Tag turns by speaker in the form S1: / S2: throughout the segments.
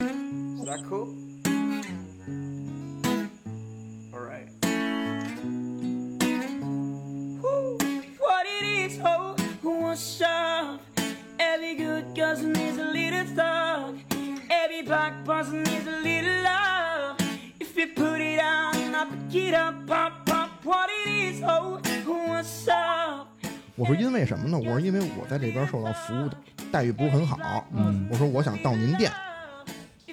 S1: Is that cool? All right.
S2: Who, what it is, oh, ho, what's up? Every good cousin is a little thug. Every black person is a little love. If you put it on, I pick it up, pop, pop. What it is, oh, ho, what's up?
S3: 我说因为什么呢？我说因为我在这边受到服务的待遇不是很好。嗯，我说我想到您店。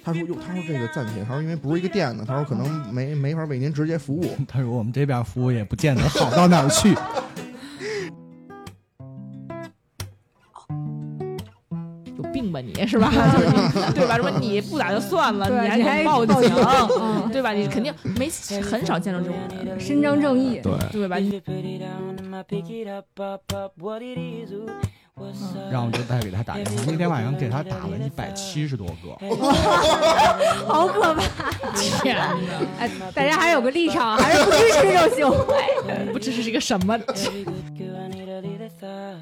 S3: 他说哟，他说这个暂且，他说因为不是一个店呢，他说可能没没法为您直接服务。
S4: 他说我们这边服务也不见得好到哪儿去。
S5: 有病吧你是吧？ 就是对吧？什么你不打就算了，
S6: 对
S5: 你
S6: 你还
S5: 敢报
S6: 报
S5: 警，
S6: 警嗯
S5: 对吧？你肯定没很少见到这种人，
S6: 伸张正义。
S4: 对，
S5: 对吧？
S2: If you put it on, I pick it up, pop, pop. What it is, ooh, what's up?
S4: 然后我就再给他打电话，那天晚上给他打了一百七十多个。
S6: 好可怕！
S5: 天哪，
S6: 哎，大家还有个立场，还是不支持这种 行为。
S5: 不知这是一个什么？
S2: Every good girl, I need a little thug.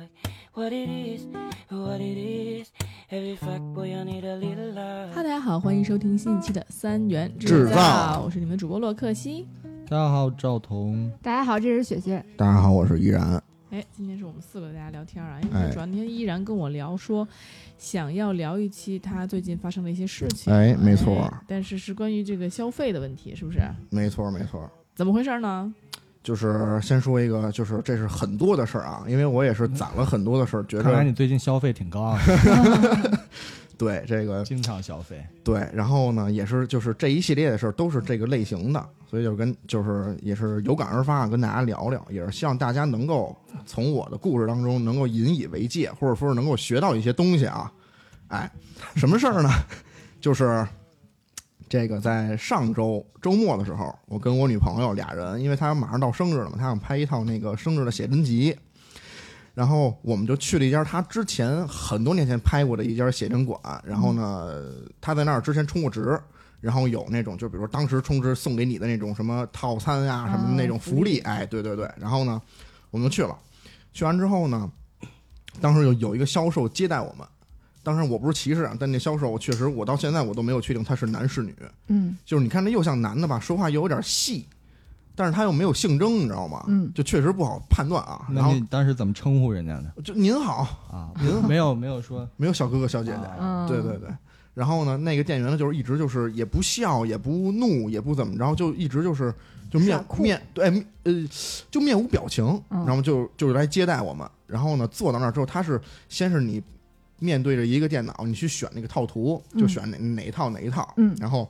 S2: What it is, what it is. Every fuck boy, I need a little love.
S5: 哈，大家好，欢迎收听新一期的三元
S3: 制
S5: 造
S3: 造，
S5: 我是你们主播洛克西。
S4: 大家好，赵彤。
S6: 大家好，这是雪雪。
S3: 大家好，我是依然。
S5: 哎，今天是我们四个大家聊天啊，因
S3: 哎
S5: 为主要那天依然跟我聊说，想要聊一期他最近发生的一些事情。啊
S3: 哎，没错
S5: 哎，但是是关于这个消费的问题，是不是？
S3: 没错，没错。
S5: 怎么回事呢？
S3: 就是先说一个，就是这是很多的事儿啊，因为我也是攒了很多的事儿，觉
S4: 看来
S3: 着
S4: 你最近消费挺高啊，
S3: 对这个
S4: 经常消费。
S3: 对，然后呢，也是就是这一系列的事儿都是这个类型的，所以就跟就是也是有感而发，跟大家聊聊，也是希望大家能够从我的故事当中能够引以为戒，或者说是能够学到一些东西啊。哎，什么事儿呢？ 就是这个在上周周末的时候，我跟我女朋友俩人，因为她马上到生日了嘛，她想拍一套那个生日的写真集。然后我们就去了一家她之前很多年前拍过的一家写真馆，然后呢，他在那儿之前充过值，然后有那种就比如说当时充值送给你的那种什么套餐啊什么那种福利，哎，对对对。然后呢，我们就去了，去完之后呢，当时有有一个销售接待我们，当时我不是歧视啊，但那销售我确实我到现在我都没有确定他是男是女，
S6: 嗯
S3: 就是你看他又像男的吧，说话又有点细，但是他又没有性征，你知道吗？
S6: 嗯，
S3: 就确实不好判断啊。然
S4: 那
S3: 后
S4: 你当时怎么称呼人家的
S3: 就您好，
S4: 啊？没有没有说，
S3: 没有小哥哥小姐姐，
S4: 啊
S6: 嗯，
S3: 对对对。然后呢，那个店员呢，就是一直就是也不笑，也不怒，也不怎么着，就一直就是就面
S6: 耍酷
S3: 面对面呃，就面无表情，
S6: 嗯
S3: 然后就就来接待我们。然后呢，坐到那儿之后，他是先是你面对着一个电脑，你去选那个套图，就
S6: 嗯
S3: 选哪、哪一套哪一套，
S6: 嗯
S3: 然后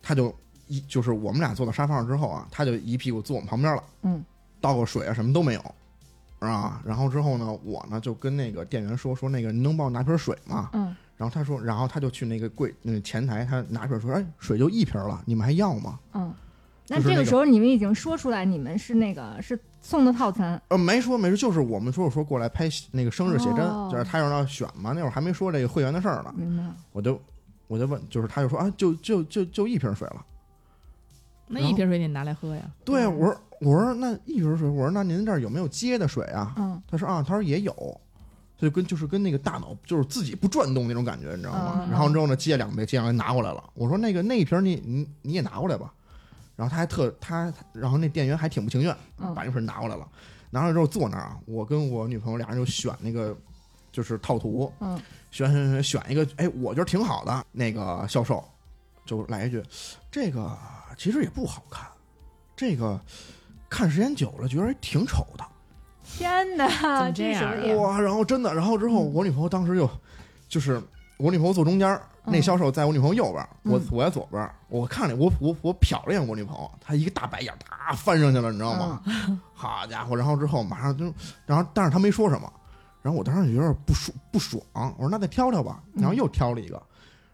S3: 他就一就是我们俩坐到沙发上之后啊，他就一屁股坐我们旁边了，
S6: 嗯，
S3: 倒个水啊什么都没有。啊，然后之后呢，我呢就跟那个店员说说那个，您能帮我拿瓶水吗？
S6: 嗯，
S3: 然后他说，然后他就去那个柜那个前台，他拿瓶水说，哎，水就一瓶了，你们还要吗？
S6: 嗯，那
S3: 就是
S6: 这
S3: 那
S6: 个
S3: 个
S6: 时候你们已经说出来，你们是那个是送的套餐，
S3: 呃，没说没说，就是我们说我说过来拍那个生日写真，
S6: 哦
S3: 就是他让他选嘛，那会儿还没说这个会员的事儿呢，
S6: 明白了？
S3: 我就我就问，就是他就说啊，就就就就一瓶水了。
S5: 那
S3: 然
S5: 一
S3: 后
S5: 瓶水得拿来喝呀。
S3: 对啊，
S6: 嗯
S3: 我说我说那一瓶水，我说那您这儿有没有接的水啊？
S6: 嗯
S3: 他说啊，他说也有，他就跟就是跟那个大脑就是自己不转动那种感觉，你知道吗？
S6: 嗯
S3: 然后之后呢，接两杯，接两杯拿过来了。我说那个那一瓶你你你也拿过来吧。然后他还特他，然后那店员还挺不情愿，把
S6: 嗯
S3: 那瓶拿过来了。拿过来之后坐那儿啊，我跟我女朋友俩人就选那个就是套图，
S6: 嗯，
S3: 选选选选一个，哎，我觉得挺好的。那个销售就来一句，这个其实也不好看，这个看时间久了觉得挺丑的。
S6: 天哪，
S5: 么这
S6: 是
S5: 样啊
S6: 什么呀
S3: 哇，然后真的，然后之
S6: 嗯
S3: 后我女朋友当时就，就是我女朋友坐中间儿，那
S6: 嗯
S3: 销售在我女朋友右边儿，我
S6: 嗯
S3: 我在左边儿，我看了我我我瞟了一眼我女朋友，她一个大白眼儿啪翻上去了，你知道
S6: 嗯
S3: 吗？好家伙，然后之后马上就，然后但是她没说什么，然后我当时有点不舒不爽，我说那再挑挑吧，
S6: 嗯
S3: 然后又挑了一个，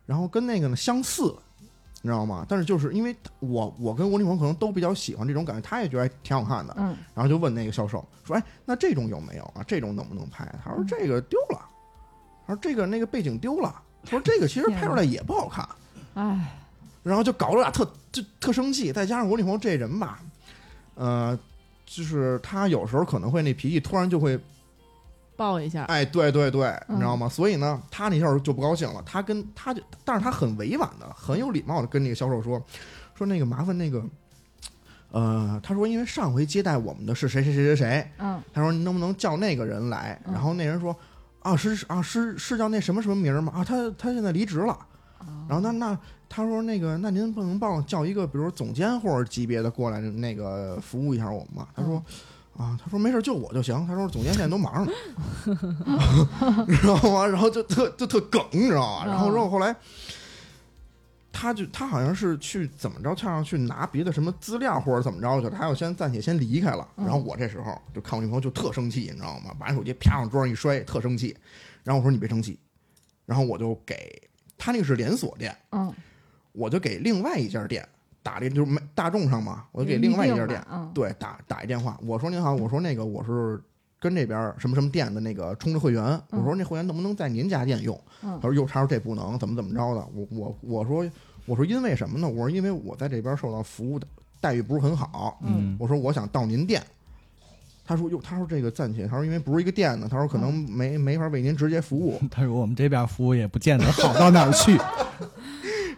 S3: 然后跟那个呢相似。你知道吗？但是就是因为我我跟我女朋友可能都比较喜欢这种感觉，她也觉得还挺好看的，
S6: 嗯
S3: 然后就问那个销售说：“哎，那这种有没有啊？这种能不能拍？”他说：“这个丢了。”他说：“这个那个背景丢了。”他说：“这个其实拍出来也不好看。
S6: 嗯
S5: 哎，”
S3: 然后就搞得我俩特就特生气，再加上我女朋友这人吧，呃，就是她有时候可能会那脾气突然就会
S5: 抱一下，
S3: 哎，对对对，你
S6: 嗯
S3: 知道吗？所以呢，他那下儿就不高兴了，他跟他就，但是他很委婉的，很有礼貌的跟那个销售说，说那个麻烦那个，呃，他说因为上回接待我们的是谁谁谁谁谁，
S6: 嗯
S3: 他说你能不能叫那个人来？
S6: 嗯
S3: 然后那人说，啊是是啊是是叫那什么什么名儿吗？啊，他他现在离职了。
S6: 嗯
S3: 然后那那他说那个，那您不能帮我叫一个，比如总监或者级别的过来那个服务一下我们吗？他说。啊，他说没事，就我就行。他说总监现在都忙着呢，你知道吗？然后就特就特梗，你知道吗？然后之后后来，他就他好像是去怎么着，他要去拿别的什么资料或者怎么着去了，他要先暂且先离开了。
S6: 嗯
S3: 然后我这时候就看我女朋友就特生气，你知道吗？把手机啪往桌上一摔，特生气。然后我说你别生气，然后我就给他那个是连锁店，
S6: 嗯，
S3: 我就给另外一家店打了一，就是没大众上嘛，我就给另外一家店，
S6: 嗯
S3: 对打打一电话，我说您好，我说那个我是跟这边什么什么店的那个充值会员，
S6: 嗯
S3: 我说那会员能不能在您家店用？
S6: 嗯
S3: 他说哟，他说这不能，怎么怎么着的，我我我说我说因为什么呢？我说因为我在这边受到服务的待遇不是很好，
S4: 嗯，
S3: 我说我想到您店。他说：“哟，他说这个暂且，他说因为不是一个店呢，他说可能
S6: 嗯
S3: 没没法为您直接服务。
S4: 他嗯说我们这边服务也不见得好到哪儿去，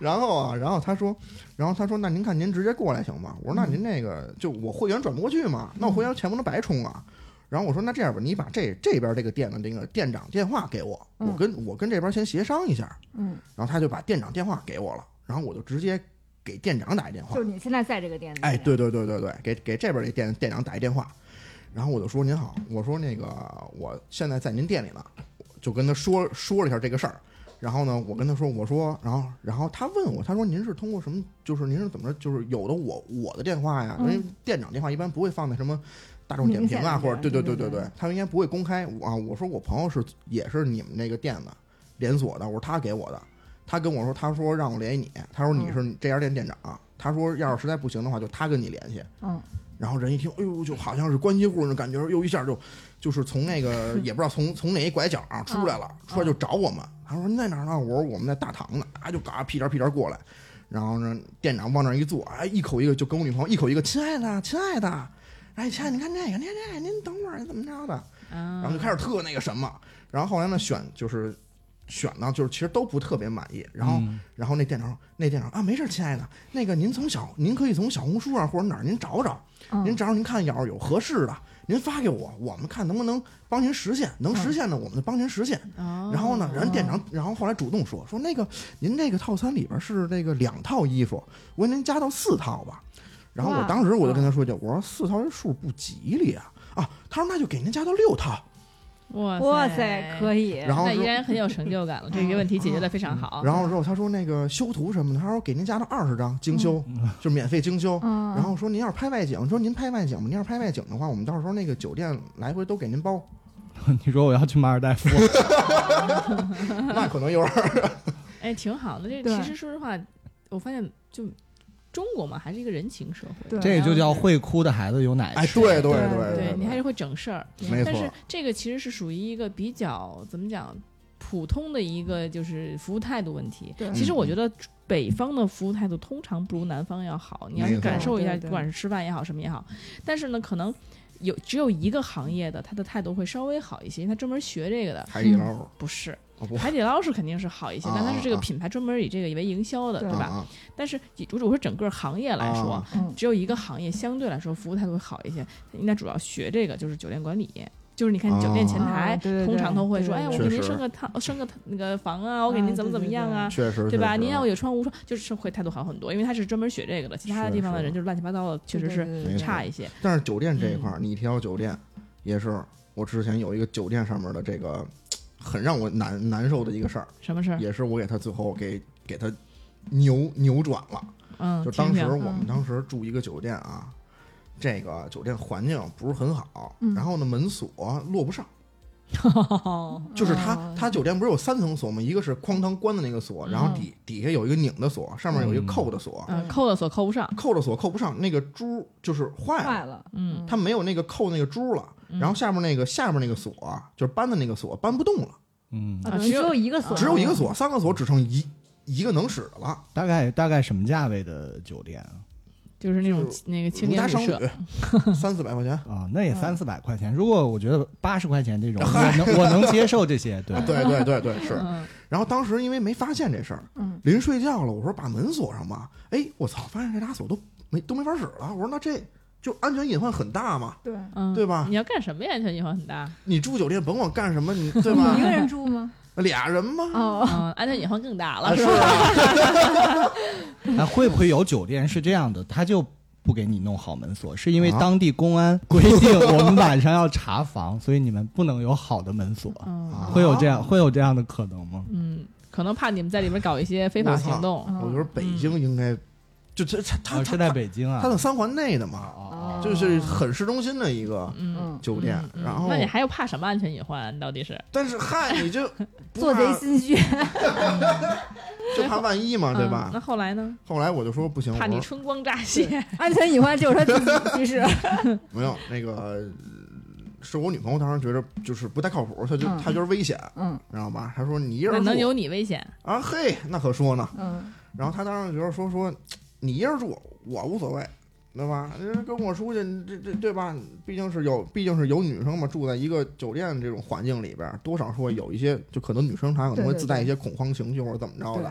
S3: 然后啊，然后他说，然后他说，那您看您直接过来行吗？我说那您那个就我会员转不过去嘛，那我会员钱不能白充啊。然后我说那这样吧，你把这这边这个店的这个店长电话给我，
S6: 嗯
S3: 我跟我跟这边先协商一下。
S6: 嗯，
S3: 然后他就把店长电话给我了，然后我就直接给店长打一电话
S6: 嗯就。你现在在这个店里，
S3: 哎，，对对对对对，给给这边这店店长打一电话，然后我就说您好，我说那个我现在在您店里呢，就跟他说说了一下这个事儿，然后呢，我跟他说我说，然后然后他问我，他说您是通过什么，就是您是怎么着，就是有的我我的电话呀，因为店长电话一般不会放在什么。大众点评
S6: 嗯
S3: 啊，
S6: 明显的
S3: 或者对对
S6: 对
S3: 对对
S6: 对
S3: 对
S6: 对，
S3: 他们应该不会公开我啊。我说我朋友是也是你们那个店的连锁的，我说他给我的，他跟我说，他说让我联系你，他说你是这家店店长，他说要是实在不行的话，就他跟你联系。
S6: 嗯，
S3: 然后人一听，哎呦，就好像是关系户那感觉，又一下就就是从那个也不知道从从哪一拐角啊出来了，出来就找我们。他说你在哪儿呢？我说我们在大堂呢。啊，就嘎屁颠儿屁颠儿过来，然后呢，店长往那儿一坐，哎，一口一个就跟我女朋友一口一个，亲爱的，亲爱的，哎，亲爱的，你看这个，您这个，您等会儿怎么着的？
S5: 啊，
S3: 然后就开始特那个什么，然后后来呢选就是选呢就是其实都不特别满意，然后、
S4: 嗯
S3: 然后那店长说那店长说啊没事儿亲爱的，那个您从小您可以从小红书啊上或者哪儿您找找，
S6: 嗯
S3: 您找找您看要是有合适的，您发给我，我们看能不能帮您实现，能实现的我们就帮您实现。
S5: 哦，
S3: 然后呢，人店长，然后后来主动说说那个您这个套餐里边是那个两套衣服，我给您加到四套吧。然后我
S6: 哇
S3: 当时我就跟他说一句，我说四套这数不吉利啊啊，他说那就给您加到六套。
S5: 哇
S6: 哇塞，可嗯以，
S3: 然后
S5: 那
S3: 说嗯
S5: 依然很有成就感了，这个问题解决的非常好。
S3: 然后之后他说那个修图什么的，他说给您加到二十张精修，
S5: 嗯
S3: 就是免费精修。
S6: 嗯，
S3: 然后说您要是拍外景，说您拍外景吧，您要是拍外景的话，我们到时候那个酒店来回都给您包，
S4: 你说我要去马尔代夫，
S5: 嗯
S3: 那可能有 点儿。
S5: 哎，挺好的。这
S6: 对
S5: 其实说实话，我发现就中国嘛，还是一个人情社会。
S6: 对
S4: 这就叫会哭的孩子有奶
S3: 哎，
S4: 吃。
S3: 对对
S6: 对
S3: 对
S5: 对你还是会整事儿。
S3: 没
S5: 但是
S3: 错，
S5: 这个其实是属于一个比较怎么讲普通的一个就是服务态度问题。
S3: 嗯
S6: 对
S5: 其实我觉得北方的服务态度通常不如南方要好，你要
S3: 没
S5: 是
S3: 错
S5: 感受一下
S6: 对，对
S5: 不管是吃饭也好，什么也好。但是呢，可能有只有一个行业的他的态度会稍微好一些，因为他专门学这个的
S3: 海底捞
S5: 不是。
S3: 啊不
S5: 海底捞是肯定是好一些，但它是这个品牌专门以这个为营销的，
S6: 对
S5: 对
S3: 啊
S5: 吧？
S3: 啊
S5: 但是如果说整个行业来说，
S3: 啊
S6: 嗯
S5: 只有一个行业相对来说服务态度会好一些，应该主要学这个就是酒店管理。就是你看
S3: 啊
S5: 酒店前
S6: 啊
S5: 台，
S6: 对对对
S5: 通常都会
S6: 对
S5: 说，
S6: 对嗯
S5: 哎，我
S3: 对
S5: 给您
S3: 确实
S5: 升个套，升个那个房啊，我给
S6: 啊
S5: 您怎么怎么样啊，
S3: 确实
S5: 对吧？您要
S3: 要
S5: 有窗无窗，就是会态度好很多，因为他是专门学这个的，其他的地方的
S3: 是
S5: 人就是乱七八糟的，确实是
S3: 没
S6: 是
S3: 错
S5: 差一些。
S3: 但是酒店这一
S5: 嗯
S3: 块儿，你一提到酒店，也是我之前有一个酒店上面的这个很让我难难受的一个事儿，
S5: 什么事儿？
S3: 也是我给他最后给给他扭扭转了。
S5: 嗯，
S3: 就
S5: 听
S3: 当时
S5: 听。
S3: 我们
S6: 嗯
S3: 当时住一个酒店啊，这个酒店环境不是很好，
S6: 嗯
S3: 然后呢门锁落不上，
S5: 嗯
S3: 就是它
S6: 哦
S3: 它酒店不是有三层锁吗？一个是哐当关的那个锁，然后底底下有一个拧的锁，上面有一个扣的锁，
S5: 嗯，扣的锁扣不上。
S3: 扣的锁扣不上，那个珠就是坏了。
S6: 坏了，
S5: 嗯，
S3: 它没有那个扣那个珠了，然后下面那个下面那个锁就是扳的那个锁扳不动了，
S4: 嗯，
S6: 啊只有一个锁，
S3: 只有
S5: 哦
S3: 一个，锁，三个锁只剩一一个能使的了。
S4: 大概大概什么价位的酒店啊？
S5: 就是那种
S3: 就是
S5: 那个青
S3: 如
S5: 年
S3: 家
S5: 旅
S3: 商
S5: 社，
S3: 旅， 三四百块钱。
S4: 啊，那也
S5: 嗯
S4: 三四百块钱。如果我觉得八十块 钱这种，我能我能接受这些。对，
S3: 对对对对，是。
S5: 嗯，
S3: 然后当时因为没发现这事儿，
S6: 嗯
S3: 临睡觉了，我说把门锁上吧。哎，我操，发现这俩锁都没都没法使了。我说那这就安全隐患很大嘛。
S6: 对，
S5: 嗯
S3: 对吧
S5: 你要干什么呀？安全隐患 很大，
S3: 你住酒店甭管干什么， 你对
S6: 你
S3: 吧
S6: 一？个人住 吗？
S3: 俩人吗？
S6: 哦，
S5: 嗯，安全隐患更大
S3: 啊，
S5: 了，
S3: 是
S5: 吧？
S3: 啊，
S4: 那会不会有酒店是这样的，他就不给你弄好门锁，是因为
S3: 啊
S4: 当地公安规定我们晚上要查房，所以你们不能有好的门锁，
S3: 啊
S5: 嗯
S4: 会有这样会有这样的可能吗？
S5: 嗯，可能怕你们在里面搞一些非法行动，
S6: 嗯
S3: 我觉得北京应该就这他他
S4: 啊，
S3: 他
S4: 是在北京啊
S3: 他，在三环内的嘛，
S4: 哦
S3: 就是很市中心的一个
S5: 嗯，
S6: 嗯，
S3: 酒店
S5: 嗯。嗯
S3: 然后
S5: 那，你还有怕什么安全隐患？啊到底是
S3: 但是嗨，你 就不
S6: 做贼
S3: 怕
S6: 心虚，
S3: 就怕万一嘛，对
S5: 嗯
S3: 吧
S5: 那？后来呢？
S3: 后来我就说不行，
S5: 怕
S3: 我
S5: 你
S3: 说
S5: 春光乍泄，
S6: 安全隐患只有他自己，其实，
S3: 没有那个呃是我女朋友当时觉得就是不太靠谱，她就
S6: 嗯
S3: 她觉得危险，
S6: 嗯
S3: 知道吧？她说你一
S5: 那
S3: 人
S5: 能
S3: 住
S5: 有你危险？
S3: 啊，嘿，那可说呢。
S6: 嗯
S3: 然后她当时觉得说说你一人住我无所谓，对吧？这跟我出去，这这对吧？毕竟是有毕竟是有女生嘛，住在一个酒店这种环境里边，多少会有一些就可能女生她可能
S6: 对
S3: 会
S6: 对
S3: 自带一些恐慌情绪或者怎么着
S6: 对。，
S3: 的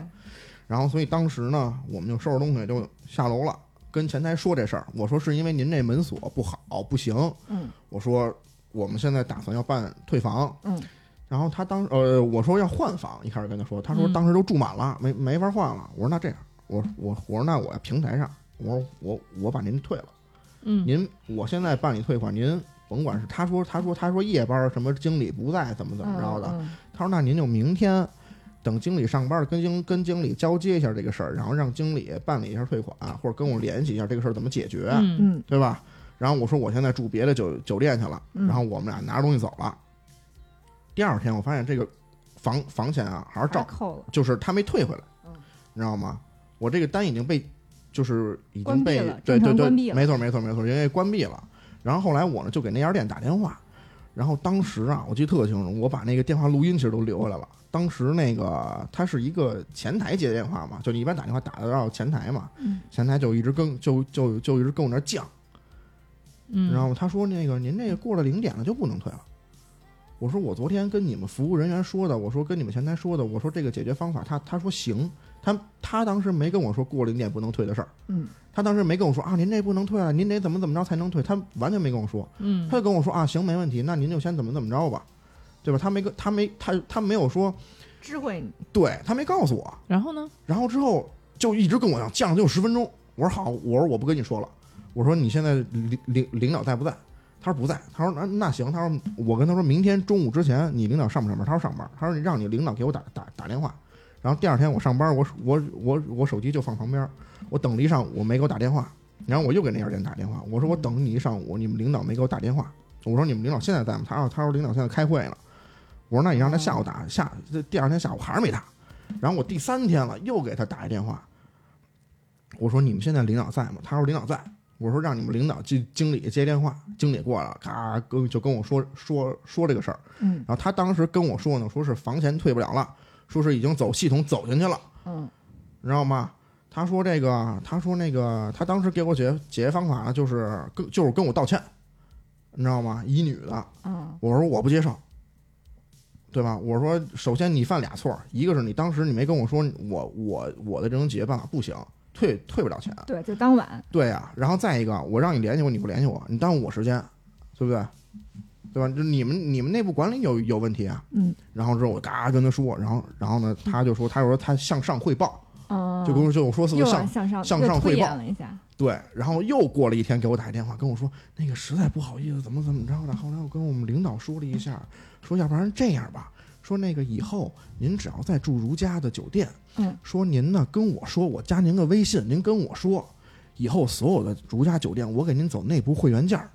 S3: 然后所以当时呢，我们就收拾东西就下楼了，跟前台说这事儿。我说是因为您这门锁不好，不行。
S6: 嗯
S3: 我说我们现在打算要办退房。
S6: 嗯
S3: 然后他当呃我说要换房，一开始跟他说，他说
S5: 嗯
S3: 当时都住满了，没没法换了。我说那这样，我我我说那我平台上，我说我我把您退了，
S5: 嗯，
S3: 您我现在办理退款，您甭管是他说他说他说夜班什么经理不在怎么怎么着的，
S6: 嗯
S3: 他说：“那您就明天等经理上班了，跟经跟经理交接一下这个事儿，然后让经理办理一下退款，或者跟我联系一下这个事儿怎么解决，
S5: 嗯
S6: 嗯
S3: 对吧？”然后我说：“我现在住别的酒酒店去了。”
S6: 嗯
S3: 然后我们俩拿着东西走了。第二天我发现这个房房钱啊，还是
S6: 嗯，还
S3: 照，
S6: 扣了，
S3: 就是他没退回来
S6: 嗯，
S3: 你知道吗？我这个单已经被就是已
S6: 关
S3: 经
S6: 闭
S3: 被
S6: 了
S3: 对
S6: 正常
S3: 对对
S6: 关闭，了
S3: 没错没错没错，因为关闭了。然后后来我呢就给那家店打电话，然后当时啊，我记得特清楚，我把那个电话录音其实都留下来了。当时那个他是一个前台接电话嘛，就你一般打电话打得到前台嘛，
S6: 嗯
S3: 前台就一直跟就就就一直跟我那儿犟，
S5: 嗯，
S3: 然后他说那个您这个过了零点了就不能退了。我说我昨天跟你们服务人员说的，我说跟你们前台说的，我说这个解决方法，他他说行，他他当时没跟我说过零点不能退的事儿，
S6: 嗯
S3: 他当时没跟我说啊，您这不能退啊，您得怎么怎么着才能退，他完全没跟我说，
S5: 嗯
S3: 他就跟我说啊，行，没问题，那您就先怎么怎么着吧，对吧？他没跟他没他他没有说，
S6: 知会你，
S3: 对他没告诉我，
S5: 然后呢？
S3: 然后之后就一直跟我讲，犟了得有十分钟。我说好，我说我不跟你说了，我说你现在领领领导在不在？他说不在。他说那那行，他说我跟他说明天中午之前你领导上不上班？他说上班。他说你让你领导给我打打打电话。然后第二天我上班，我手我我我手机就放旁边，我等了一上午没给我打电话，然后我又给那家店打电话，我说我等你一上午，你们领导没给我打电话，我说你们领导现在在吗？他啊说他说领导现在开会呢，我说那你让他下午打，下这第二天下午还是没打，然后我第三天了又给他打一电话，我说你们现在领导在吗？他说领导在，我说让你们领导经经理接电话，经理过来了，咔跟就跟我说说说这个事儿，
S6: 嗯
S3: 然后他当时跟我说呢，说是房钱退不了了，说是已经走系统走进去了。
S6: 嗯
S3: 你知道吗？他说这个，他说那个，他当时给我解解决方法就是跟就是跟我道歉，你知道吗？一女的，
S6: 嗯
S3: 我说我不接受，对吧？我说首先你犯俩错，一个是你当时你没跟我说我我我的这种解决办法不行，退退不了钱，
S6: 对，就当晚，
S3: 对呀、然后再一个，我让你联系我，你不联系我，你耽误我时间，对不对？对吧？就你们你们内部管理有有问题啊。
S6: 嗯
S3: 然后之后我嘎跟他说，然后然后呢，他就说他说他向上汇报，
S6: 嗯，
S3: 就跟我就我说四
S6: 又
S3: 个
S6: 往向
S3: 向
S6: 上
S3: 向
S6: 又
S3: 上
S6: 推
S3: 汇报
S6: 演了一下，
S3: 对，然后又过了一天，给我打一电话，跟我说那个实在不好意思，怎么怎么着的。后来我跟我们领导说了一下，说要不然这样吧，说那个以后您只要再住如家的酒店，
S6: 嗯，
S3: 说您呢跟我说，我加您个微信，您跟我说，以后所有的如家酒店我给您走内部会员价儿。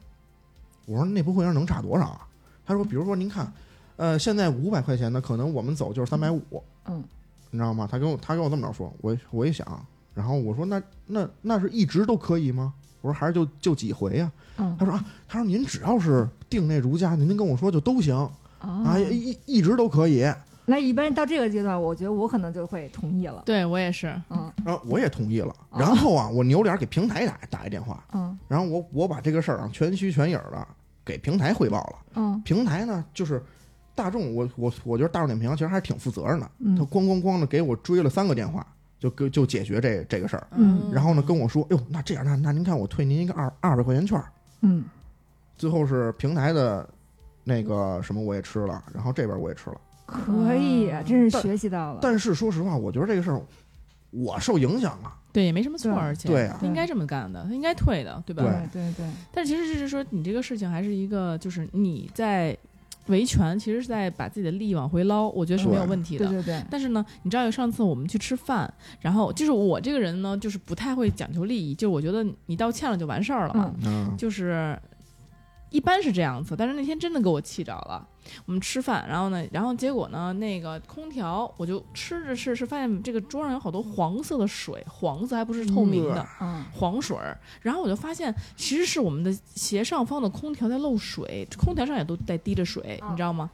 S3: 我说内部会员能差多少啊？他说，比如说您看，呃，现在五百块钱呢，可能我们走就是三百五，
S6: 嗯
S3: 你知道吗？他跟我他跟我这么着说，我我一想，然后我说那那那是一直都可以吗？我说还是就就几回呀、
S6: 嗯
S3: 他说啊，他说您只要是订那如家，您跟我说就都行
S6: 啊
S3: 啊，一一直都可以。
S6: 那一般到这个阶段，我觉得我可能就会同意了。
S5: 对我也是，
S6: 嗯
S3: 然后我也同意了。
S6: 哦
S3: 然后啊，我扭脸给平台打打一电话，
S6: 嗯
S3: 然后我我把这个事儿啊全虚全影的给平台汇报了。
S6: 嗯
S3: 平台呢，就是大众，我我我觉得大众点评其实还是挺负责任的，他
S6: 嗯
S3: 咣咣咣的给我追了三个电话，就给就解决这这个事儿。
S6: 嗯
S3: 然后呢，跟我说，哟，那这样，那那您看我退您一个二二百块钱券儿。
S6: 嗯
S3: 最后是平台的那个什么我也吃了，然后这边我也吃了。
S6: 可以啊，
S5: 嗯
S6: 真是
S3: 但
S6: 学习到了。
S3: 但是说实话，我觉得这个事儿我受影响了。
S5: 对也没什么错，
S6: 对
S5: 而且
S3: 对啊
S5: 他应该这么干的，他应该退的，对吧？
S3: 对
S6: 对对对，
S5: 但其实就是说，你这个事情还是一个，就是你在维权，其实是在把自己的利益往回捞，我觉得是没有
S3: 对
S5: 问题的
S6: 对。对对，
S5: 但是呢，你知道有上次我们去吃饭，然后就是我这个人呢，就是不太会讲求利益，就我觉得你道歉了就完事儿了嘛，
S6: 嗯
S3: 嗯，
S5: 就是一般是这样子。但是那天真的给我气着了，我们吃饭，然后呢，然后结果呢，那个空调我就吃着吃着吃，发现这个桌上有好多黄色的水，黄色还不是透明的。
S6: 嗯
S5: 黄水儿，然后我就发现其实是我们的斜上方的空调在漏水，空调上也都在滴着水，
S6: 嗯
S5: 你知道吗？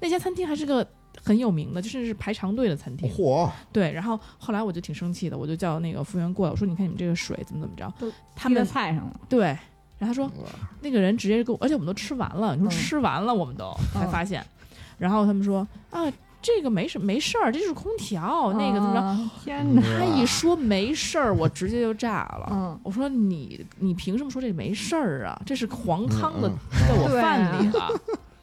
S5: 那家餐厅还是个很有名的，就甚至是排长队的餐厅。
S3: 嚯，
S5: 对，然后后来我就挺生气的，我就叫那个服务员过来，我说你看你们这个水怎么怎么着
S6: 都，
S5: 他
S6: 滴到
S5: 们
S6: 菜上了，
S5: 对，然后他
S3: 嗯
S5: 说那个人直接给我，而且我们都吃完了，你说
S6: 嗯
S5: 吃完了我们都才
S6: 嗯
S5: 发现，然后他们说啊这个没什没事儿，这就是空
S6: 哦
S5: 调，那个怎么着？
S6: 着？天哪！
S5: 他一说没事儿，我直接就炸了。
S6: 嗯，
S5: 我说你你凭什么说这没事儿啊？这是黄汤的
S3: 嗯
S5: 滴在
S6: 啊
S5: 我饭里 了。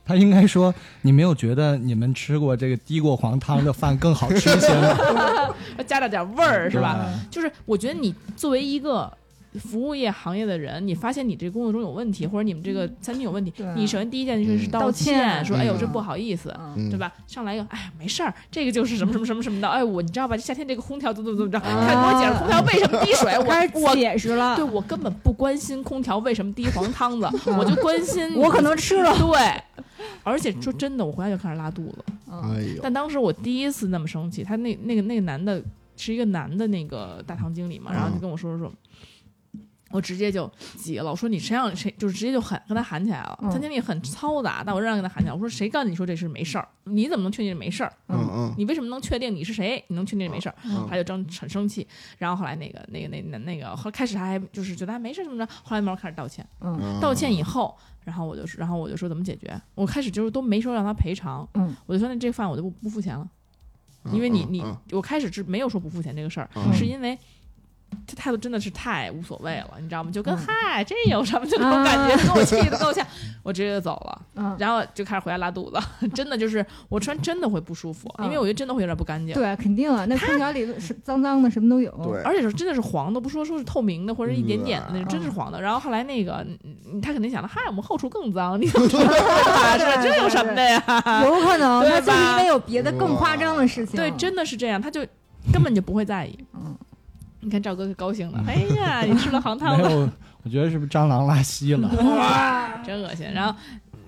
S4: 他应该说你没有觉得你们吃过这个滴过黄汤的饭更好吃一些吗？
S5: 加了点味
S3: 嗯
S5: 儿 是吧？
S4: 对？
S5: 就是我觉得你作为一个服务业行业的人，你发现你这工作中有问题，或者你们这个餐厅有问题
S6: 嗯对，
S5: 你首先第一件事是
S3: 嗯
S5: 道
S6: 道歉
S5: 说哎呦
S6: 嗯
S5: 这不好意思。
S6: 嗯
S3: 嗯
S5: 对吧？上来一个，哎呀，没事儿，这个就是什么什么什么什么的，哎，我你知道吧？夏天这个空调怎么怎么怎么着，
S6: 啊
S5: 看给我解释空调为什么滴水，
S6: 开
S5: 我
S6: 始
S5: 我
S6: 解释了
S5: 对，我根本不关心空调为什么滴黄汤子，我就关心
S6: 嗯我可能吃了。
S5: 对，而且说真的，我回来就开始拉肚子。
S6: 嗯
S3: 哎呦，
S5: 但当时我第一次那么生气，他那那个那个男的是一个男的那个大堂经理嘛，然后就跟我说说说。我直接就急了，我说你谁让谁就是直接就喊跟他喊起来了。
S6: 嗯
S5: 他经理很嘈杂，但我仍然跟他喊起来。我说谁告诉你说这是没事儿？你怎么能确定是没事儿？
S3: 嗯嗯
S5: 你为什么能确定你是谁？你能确定这没事儿？
S3: 嗯
S5: 他就争很生气。然后后来那个那个那那那个，后来开始他还就是觉得哎他没事儿怎么着，后来慢慢开始道歉。
S6: 嗯
S3: 嗯，
S5: 道歉以后，然后我就说，然后我就说怎么解决？我开始就是都没说让他赔偿，
S6: 嗯，
S5: 我就说那这饭我就不不付钱了，
S3: 嗯，
S5: 因为你
S3: 嗯
S5: 你
S3: 嗯
S5: 我开始是没有说不付钱这个事儿，
S3: 嗯
S5: 是因为。这态度真的是太无所谓了，你知道吗？就跟
S6: 嗯啊
S5: 嗨，这有什么？就那种感觉，给我气的够呛，我直接就走了，
S6: 嗯，
S5: 然后就开始回家拉肚子， 真的就是我穿真的会不舒服，因为我觉得真的会有点不干净，
S6: 嗯对，肯定啊，那空调里是脏脏的，什么都有。
S3: 对，
S5: 而且是真的是黄的，不说说是透明的或者一点点的那种，
S6: 嗯
S5: 真是黄的。然后后来那个嗯嗯他肯定想了，嗨，我们后厨更脏，你怎么知道啊是吧？这有什么的呀？
S6: 有可能，
S5: 对
S6: 他就是
S5: 吧
S6: 因为有别的更夸张的事情。
S5: 对，真的是这样，他就根本就不会在意。
S6: 嗯
S5: 你看赵哥高兴 的，哎呀，你吃了黄汤
S4: 没
S5: 了，
S4: 有，我觉得是不是蟑螂拉稀 了？
S6: 哇，
S5: 真恶心。然后。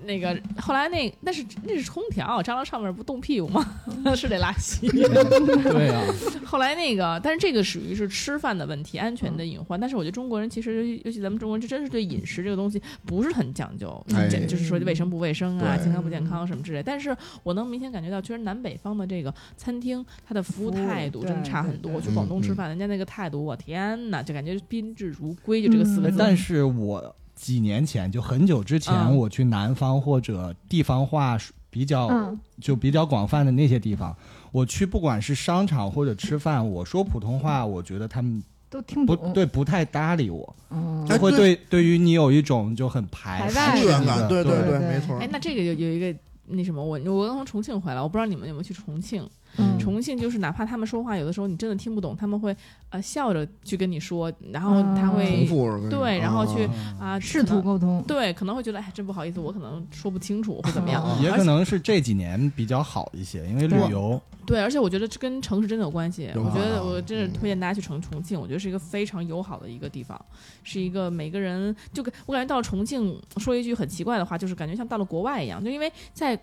S5: 那个后来那那是那是空调，蟑螂上面不动屁股吗？ 是得拉稀。
S4: 对啊，
S5: 后来那个，但是这个属于是吃饭的问题，安全的隐患。但是我觉得中国人其实，尤其尤其咱们中国人，这真是对饮食这个东西不是很讲究，
S3: 哎
S5: 这就是说卫生不卫生啊，
S3: 对
S5: 健康不健康什么之类。但是我能明显感觉到，确实南北方的这个餐厅，它的服
S6: 服
S5: 务
S6: 务
S5: 态度
S6: 对
S5: 真的差很多。
S6: 对
S5: 我
S6: 对
S5: 去广东吃饭，人家那个态度，我天哪，就感觉宾至如归，就这个四个
S6: 嗯
S5: 字。
S4: 但是我几年前就很久之前，
S5: 嗯
S4: 我去南方或者地方话比较、
S6: 嗯
S4: 就比较广泛的那些地方，我去不管是商场或者吃 饭，我说普通话，我觉得他们
S6: 都听
S4: 不
S6: 懂。
S4: 对不太搭理我，
S6: 嗯，
S3: 哎
S4: 就会
S3: 对
S4: 对对于你有一种就很排
S6: 排
S4: 斥
S6: 外
S4: 的
S6: 哎
S3: 疏远感，
S4: 对
S3: 对
S6: 对
S3: 对，
S6: 对
S3: 没错儿
S5: 哎，。那这个有有一个那什么，我我刚从重庆回来，我不知道你们有没有去重庆。
S6: 嗯
S5: 重庆就是哪怕他们说话，有的时候你真的听不懂，他们会呃笑着去跟你说，然后他
S3: 重
S5: 会
S3: 复哦是吧
S5: 对然后去
S4: 嗯
S5: 啊
S6: 啊试
S5: 可
S6: 图
S5: 能
S6: 沟通。
S5: 对，可能会觉得哎，真不好意思，我可能说不清楚或怎么样
S6: 啊。
S4: 也
S5: 而
S4: 可能是这几年比较好一些，因为旅
S5: 对
S4: 游
S5: 对，而且我觉得这跟城市真的有关系。
S3: 有
S5: 我觉
S3: 可
S5: 得
S3: 能
S5: 我真是
S3: 嗯
S5: 推荐大家去重重庆，我觉得是一个非常友好的一个地方，是一个每个人就跟我感觉到了重庆，说一句很奇怪的话，就是感觉像到了国外一样，就因为在。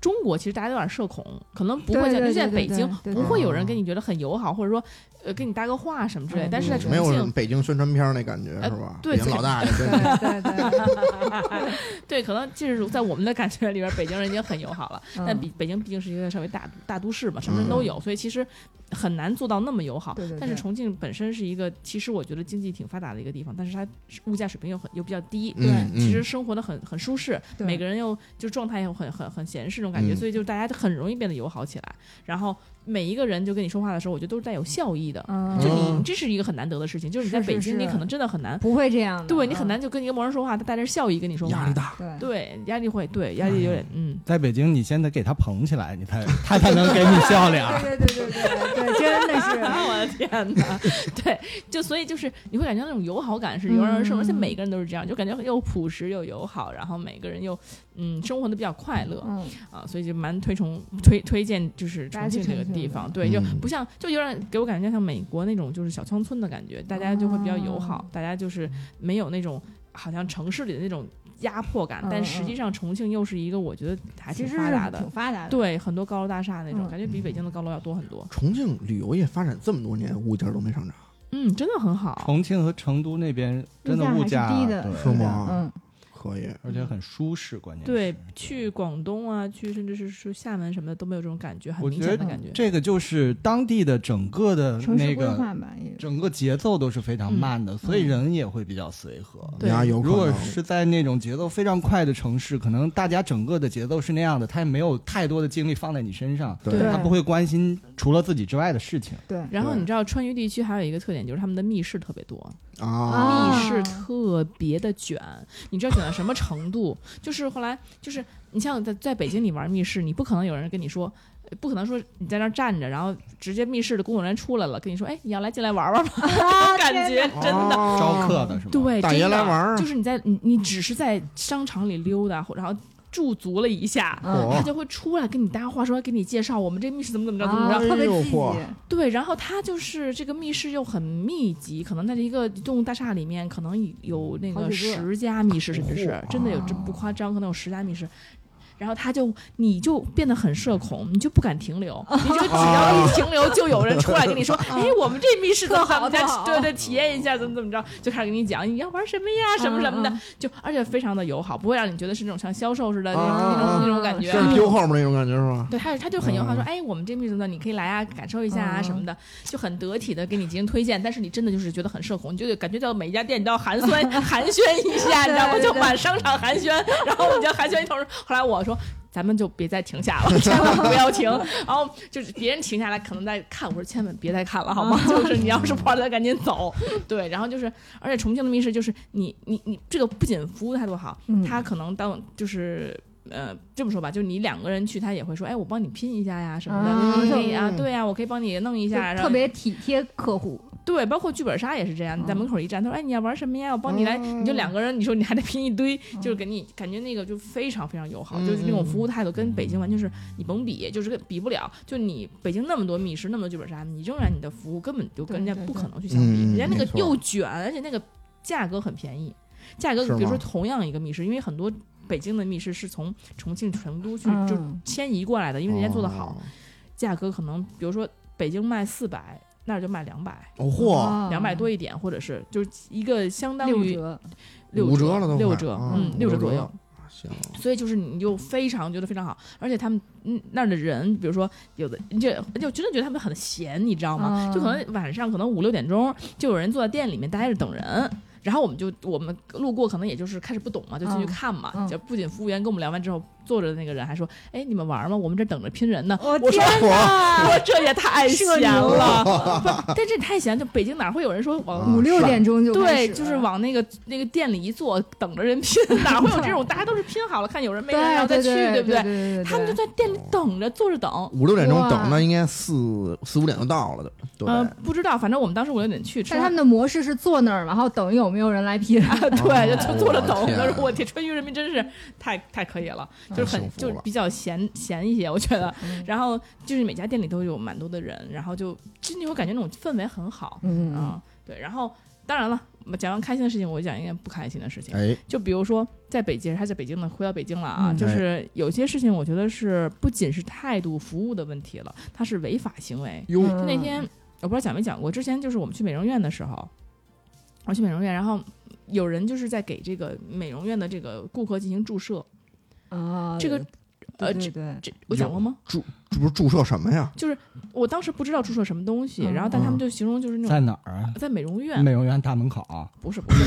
S5: 中国其实大家都有点社恐，可能不会
S6: 对
S5: 像
S6: 对
S5: 就在
S6: 对
S5: 北
S6: 对
S5: 京
S6: 对，对
S5: 不会有人跟你觉得很友好，或者说呃给你搭个话什么之类的，
S6: 嗯
S5: 但是在重
S3: 没有什么
S5: 庆，
S3: 北京宣传片儿那感觉
S5: 呃
S3: 是吧？
S5: 对
S3: 北京老大爷真的
S6: 对对，
S5: 对，可能就是在我们的感觉里边，北京人已经很友好了，
S6: 嗯
S5: 但比北京毕竟是一个稍微大大都市嘛，什么人都有，所以其实很难做到那么友好。
S6: 对对对
S5: 但是重庆本身是一个，其实我觉得经济挺发达的一个地方，但是它物价水平又很又比较低。
S6: 对
S3: 嗯，嗯
S5: 其实生活的很很舒适，
S6: 对
S5: 每个人又就状态又很很很闲适那种感觉，
S3: 嗯
S5: 所以就大家都很容易变得友好起来。然后每一个人就跟你说话的时候，我觉得都是带有笑意的，
S6: 嗯，
S5: 就
S3: 嗯
S5: 你这是一个很难得的事情，就是你在
S6: 是
S5: 北
S6: 是
S5: 京，你
S6: 是
S5: 可能真的很难，
S6: 不会这样的，
S5: 对你很
S6: 嗯
S5: 难就跟一个陌生人说话，他带着笑意跟你说话，
S3: 压力大。
S6: 对
S5: 对，压力会，对，
S6: 哎
S5: 压力有点，嗯，
S4: 在北京，你先得给他捧起来，你才他才能给你笑脸儿。
S6: 对对对对对对，真的 是，
S5: 啊，我的天哪，对，就所以就是你会感觉到那种友好感是油然而生，而且
S6: 嗯
S5: 每个人都是这样，就感觉又朴实又友好，然后每个人又嗯生活的比较快乐
S6: 嗯，
S5: 啊，所以就蛮推崇推推荐就是重庆这个地方，对，就
S3: 嗯
S5: 不像就有点给我感觉像美国那种就是小乡村的感
S6: 嗯
S5: 觉，大家就会比较友好
S6: 哦，
S5: 大家就是没有那种好像城市里的那种压迫感
S6: 嗯，
S5: 但实际上重庆又是一个我觉得还
S6: 其
S5: 挺
S6: 实
S5: 发达
S6: 是
S5: 的
S6: 挺。发达的，
S5: 对，很多高楼大厦那种，
S6: 嗯
S5: 感觉比北京的高楼要多很多。
S3: 重庆旅游业发展这么多年，物价都没上涨，
S5: 嗯，真的很好。
S4: 重庆和成都那边真的物
S6: 物价
S4: 价
S6: 还是低的
S4: 对
S3: 是吗？
S6: 嗯，
S3: 可以，
S4: 而且很舒适，关键是
S5: 对，去广东啊，去甚至是去厦门什么的都没有这种感觉，很
S4: 我
S5: 明
S4: 觉
S5: 显的
S4: 得
S5: 感觉。
S4: 这个就是当地的整个的
S6: 城市
S4: 那
S6: 规
S4: 个
S6: 划吧，也
S4: 整个节奏都是非常慢的，所以人也会比较随和。
S5: 对
S3: 呀，有可
S4: 如果
S3: 能
S4: 是在那种节奏非常快的城市，可能大家整个的节奏是那样的，他也没有太多的精力放在你身上，
S3: 对
S4: 他不会关心除了自己之外的事情。
S6: 对，
S5: 然后
S3: 对
S5: 你知道川渝地区还有一个特点，就是他们的密室特别多，
S3: 啊，
S6: 啊
S5: 密室特别的卷。你知道卷到什么程度？就是后来就是你像在在北京你玩密室，你不可能有人跟你说。呃不可能说你在那儿站着，然后直接密室的工作人员出来了，跟你说：“哎，你要来进来玩玩吧。
S6: 啊
S5: 感觉
S6: 天哪
S5: 真的
S3: 啊
S4: 招客的是吗？
S5: 对，
S3: 大爷
S5: 真的
S3: 来玩儿啊
S5: 就是你在你你只是在商场里溜达，或然后驻足了一下，
S6: 嗯
S3: 哦
S5: 他就会出来跟你搭话，说给你介绍我们这密室怎么怎么着怎么
S6: 啊，
S5: 着。
S3: 哎
S6: 特别
S3: 呦
S6: 积
S3: 嚯
S6: 极，
S5: 对，然后他就是这个密室又很密集，可能在一个动物大厦里面，可能有那
S6: 好
S5: 个
S6: 几个
S5: 十家密室，甚至是真的有这
S3: 啊
S5: 不夸张，可能有十家密室。然后他就，你就变得很社恐，你就不敢停 留，你就只要
S3: 哦
S5: 一停留，就有人出来跟你说，哎，我们这密室怎么怎么
S6: 哦特好哦
S5: 着，
S6: 特好
S5: 对对，体验一下怎么怎么着，就开始跟你讲你要玩什么呀，什么什么
S6: 嗯
S5: 的，就而且非常的友好，不会让你觉得是那种像销售似的那
S3: 啊
S5: 种那
S3: 啊
S5: 种那
S6: 啊
S5: 种感觉，
S3: 就是丢后面那种感觉是
S6: 嗯
S3: 吧？
S5: 对，他他就很友好
S3: 嗯
S5: 说，哎，我们这密室呢，你可以来啊，感受一下啊
S6: 嗯
S5: 什么的，就很得体的给你进行推荐。但是你真的就是觉得很社恐，你就感觉到每一家店你都要寒酸 寒暄一下，你知道吗？
S6: 对对
S5: 就
S6: 对
S5: 满商场寒暄，然后你就寒暄一通。后来我说。咱们就别再停下了，千万不要停。然后就是别人停下来，可能在看，我说千万别再看了，好 吗？就是你要是不玩的，赶紧走。对，然后就是，而且重庆的密室就是你你你这个不仅服务态度好，
S6: 嗯
S5: 他可能当就是呃，这么说吧，就是你两个人去，他也会说，哎，我帮你拼一下呀什么的，
S6: 嗯
S5: 可以啊，
S3: 嗯
S5: 对呀、我可以帮你弄一
S6: 就
S5: 下，然后
S6: 特别体贴客户，
S5: 对，包括剧本杀也是这样，你在门口一站，他说，哎，你要玩什么呀？我帮你来，
S3: 嗯
S5: 你就两个人，你说你还得拼一堆，就是给你感觉那个就非常非常友好，
S3: 嗯
S5: 就是那种服务态度跟北京完全是你甭比，就是比不了。就你北京那么多密室，那么多剧本杀，你仍然你的服务根本就跟人家
S6: 对对
S5: 不
S6: 对
S5: 可能去相比，
S3: 嗯
S5: 人家那
S3: 没
S5: 个
S3: 错
S5: 又卷，而且那个价格很便宜，价格
S3: 是吗
S5: 比如说同样一个密室，因为很多北京的密室是从重庆、成都去
S6: 嗯
S5: 就迁移过来的，因为人家做的好，
S3: 哦，
S5: 价格可能比如说北京卖四百，那儿就卖两百。
S3: 哦嚯，
S6: 啊
S5: 两百多一点，或者是就是一个相当
S6: 六
S5: 于
S6: 折，
S5: 六
S3: 五折了都快
S5: 六折，
S3: 啊
S5: 嗯，
S3: 五
S5: 六折左右。
S3: 行，
S5: 所以就是你就非常觉得非常好，而且他们嗯那儿的人，比如说有的你就就真的觉得他们很闲，你知道吗？
S6: 啊
S5: 就可能晚上可能五六点钟就有人坐在店里面待着等人。然后我们就我们路过，可能也就是开始不懂嘛，就进去
S6: 嗯
S5: 看嘛。
S6: 嗯
S5: 就不仅服务员跟我们聊完之后，坐着的那个人还说：“哎，你们玩吗？我们这等着拼人呢。”
S6: 我
S5: 我说
S6: 天哪，
S5: 我这也太闲
S6: 社牛
S5: 了，不，但这太闲，就北京哪会有人说往
S3: 啊
S6: 五六点钟就开
S5: 对，
S6: 始了
S5: 就是往那个那个店里一坐，等着人拼，哪会有 这种？大家都是拼好了，看有人没
S6: 对
S5: 人，然后再
S6: 对
S5: 去，
S6: 对
S5: 不
S6: 对？对对
S5: 他们就在店里
S3: 哦
S5: 等着，坐着等。
S3: 五六点钟等
S6: 哇
S3: 着，应该四四五点就到了的，对，
S5: 呃，不知道，反正我们当时五六点去吃
S6: 但他
S5: 完。
S6: 们的模式是坐那儿，然后等有没有人来批人。
S5: 对，就就坐着等。
S3: 哦天啊
S5: 我说我天，川渝人民真是太太可以了，就是
S3: 太幸
S5: 很
S3: 福
S5: 就是
S3: 了
S5: 比较闲闲一些，我觉
S6: 嗯
S5: 得。 然后就是每家店里都有蛮多的人，然后就就你会感觉那种氛围很好，
S6: 嗯嗯
S5: 嗯，对。然后当然了，我讲完开心的事情，我讲一件不开心的事情。
S3: 哎，
S5: 就比如说，在北京，他在北京呢，回到北京了啊，
S6: 嗯
S5: 就是有些事情，我觉得是不仅是态度、服务的问题了，它是违法行为。
S3: 哟，
S6: 嗯
S5: 就那天我不知道讲没讲过，之前就是我们去美容院的时候，我去美容院，然后有人就是在给这个美容院的这个顾客进行注射，
S6: 啊，
S5: 这个呃
S6: 对对对，
S5: 这我讲过吗？
S3: 这不是注射什么呀？
S5: 就是我当时不知道注射什么东西，
S6: 嗯
S5: 然后但他们就形容就是那
S4: 在
S5: 种
S4: 哪儿啊？
S5: 在美容院，
S4: 美容院大门口啊，
S5: 不是不是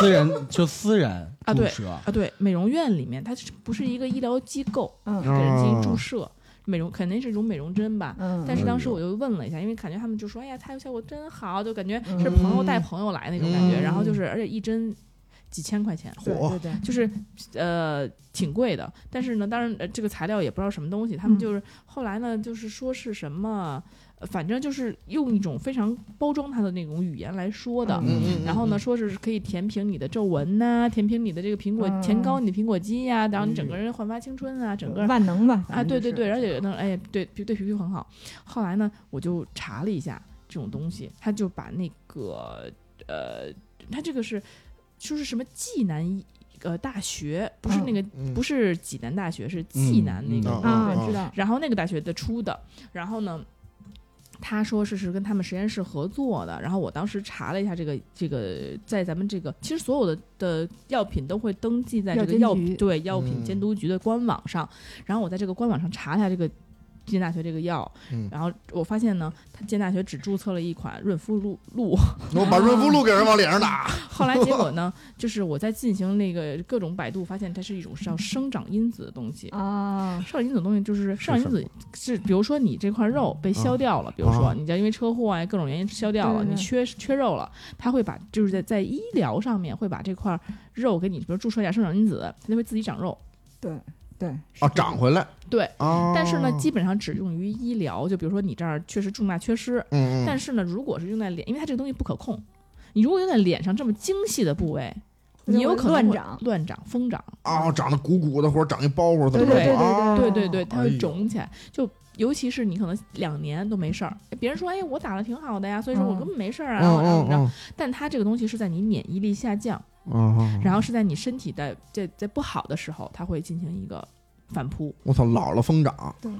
S4: 私人就私人
S5: 啊
S4: 注
S5: 对
S4: 射，
S5: 啊，对，美容院里面它是不是一个医疗机构
S6: 嗯
S5: 给人进
S3: 啊
S5: 行注射，美容肯定是一种美容针吧。
S6: 嗯，
S5: 但是当时
S3: 哎呦
S5: 我就问了一下，因为感觉他们就说：“哎呀，它有效果真好，就感觉是朋友带朋友来那种感觉。
S3: 嗯
S5: 然后就是，而且一针几千块钱，
S6: 对
S3: 火
S6: 对对，
S5: 就是呃挺贵的。但是呢，当然、呃、这个材料也不知道什么东西，他们
S6: 嗯
S5: 就是、后来呢，就是说是什么，呃反正就是用一种非常包装它的那种语言来说的。
S4: 嗯
S5: 然后呢，说是可以填平你的皱纹呐、填平你的这个苹果，
S6: 嗯
S5: 填高你的苹果肌呀、然后你整个人焕发青春啊，整个
S6: 万能吧？
S5: 啊，
S6: 反
S5: 对
S6: 正
S5: 对
S6: 就是
S5: 对，而且呢，哎，对对对皮肤很好。后来呢，我就查了一下这种东西，他就把那个呃，他这个是说是什么济南医呃大学，不是
S6: 嗯
S5: 那个、
S3: 嗯
S5: 不是济南大学，是济南那个、
S4: 嗯嗯
S3: 啊
S6: 啊，知道，
S5: 然后那个大学的出的，然后呢，他说是是跟他们实验室合作的，然后我当时查了一下这个这个在咱们这个其实所有的的药品都会登记在这个
S6: 药
S5: 药
S6: 监局
S5: 对药品
S3: 嗯
S5: 监督局的官网上，然后我在这个官网上查了一下这个。剑大学这个药，
S3: 嗯
S5: 然后我发现呢，他剑大学只注册了一款润肤露 露，
S3: 我把润肤露给人往脸上 打，
S5: 后来结果呢，就是我在进行那个各种百度，发现它是一种叫生长因子的东西，
S6: 啊，
S5: 上瘾子的东西就是上瘾
S3: 什啊
S5: 子是，比如说你这块肉被削掉了，比如说你家因为车祸啊各种原因削掉
S6: 对
S5: 了，
S6: 对对
S5: 你缺缺肉了，它会把就是在在医疗上面会把这块肉给你，比如注射一下生长因子，它就会自己长肉。
S3: 哦
S6: 对对，
S3: 啊，长回来。
S5: 对
S3: 啊，
S5: 但是呢，基本上只用于医疗，就比如说你这儿确实重大缺失，
S3: 嗯，嗯
S5: 但是呢，如果是用在脸，因为它这个东西不可控，你如果用在脸上这么精细的部位，你有可能
S6: 乱
S5: 会
S6: 长
S5: 乱长、疯长。
S3: 啊，长得鼓鼓的，或者长一包袱，怎么着
S5: 对对对
S6: 哦
S3: 啊
S5: 对对对，它
S3: 哎
S5: 会
S3: 呦
S5: 肿起来。就尤其是你可能两年都没事儿，别人说哎我打了挺好的呀，所以说我
S6: 嗯
S5: 根本没事儿啊，然后然后
S3: 嗯
S5: 然后
S3: 嗯
S5: 但它这个东西是在你免疫力下降，
S3: 嗯嗯，
S5: 然后是在你身体在在在不好的时候，它会进行一个反扑。
S3: 我操，老了疯长，
S6: 对，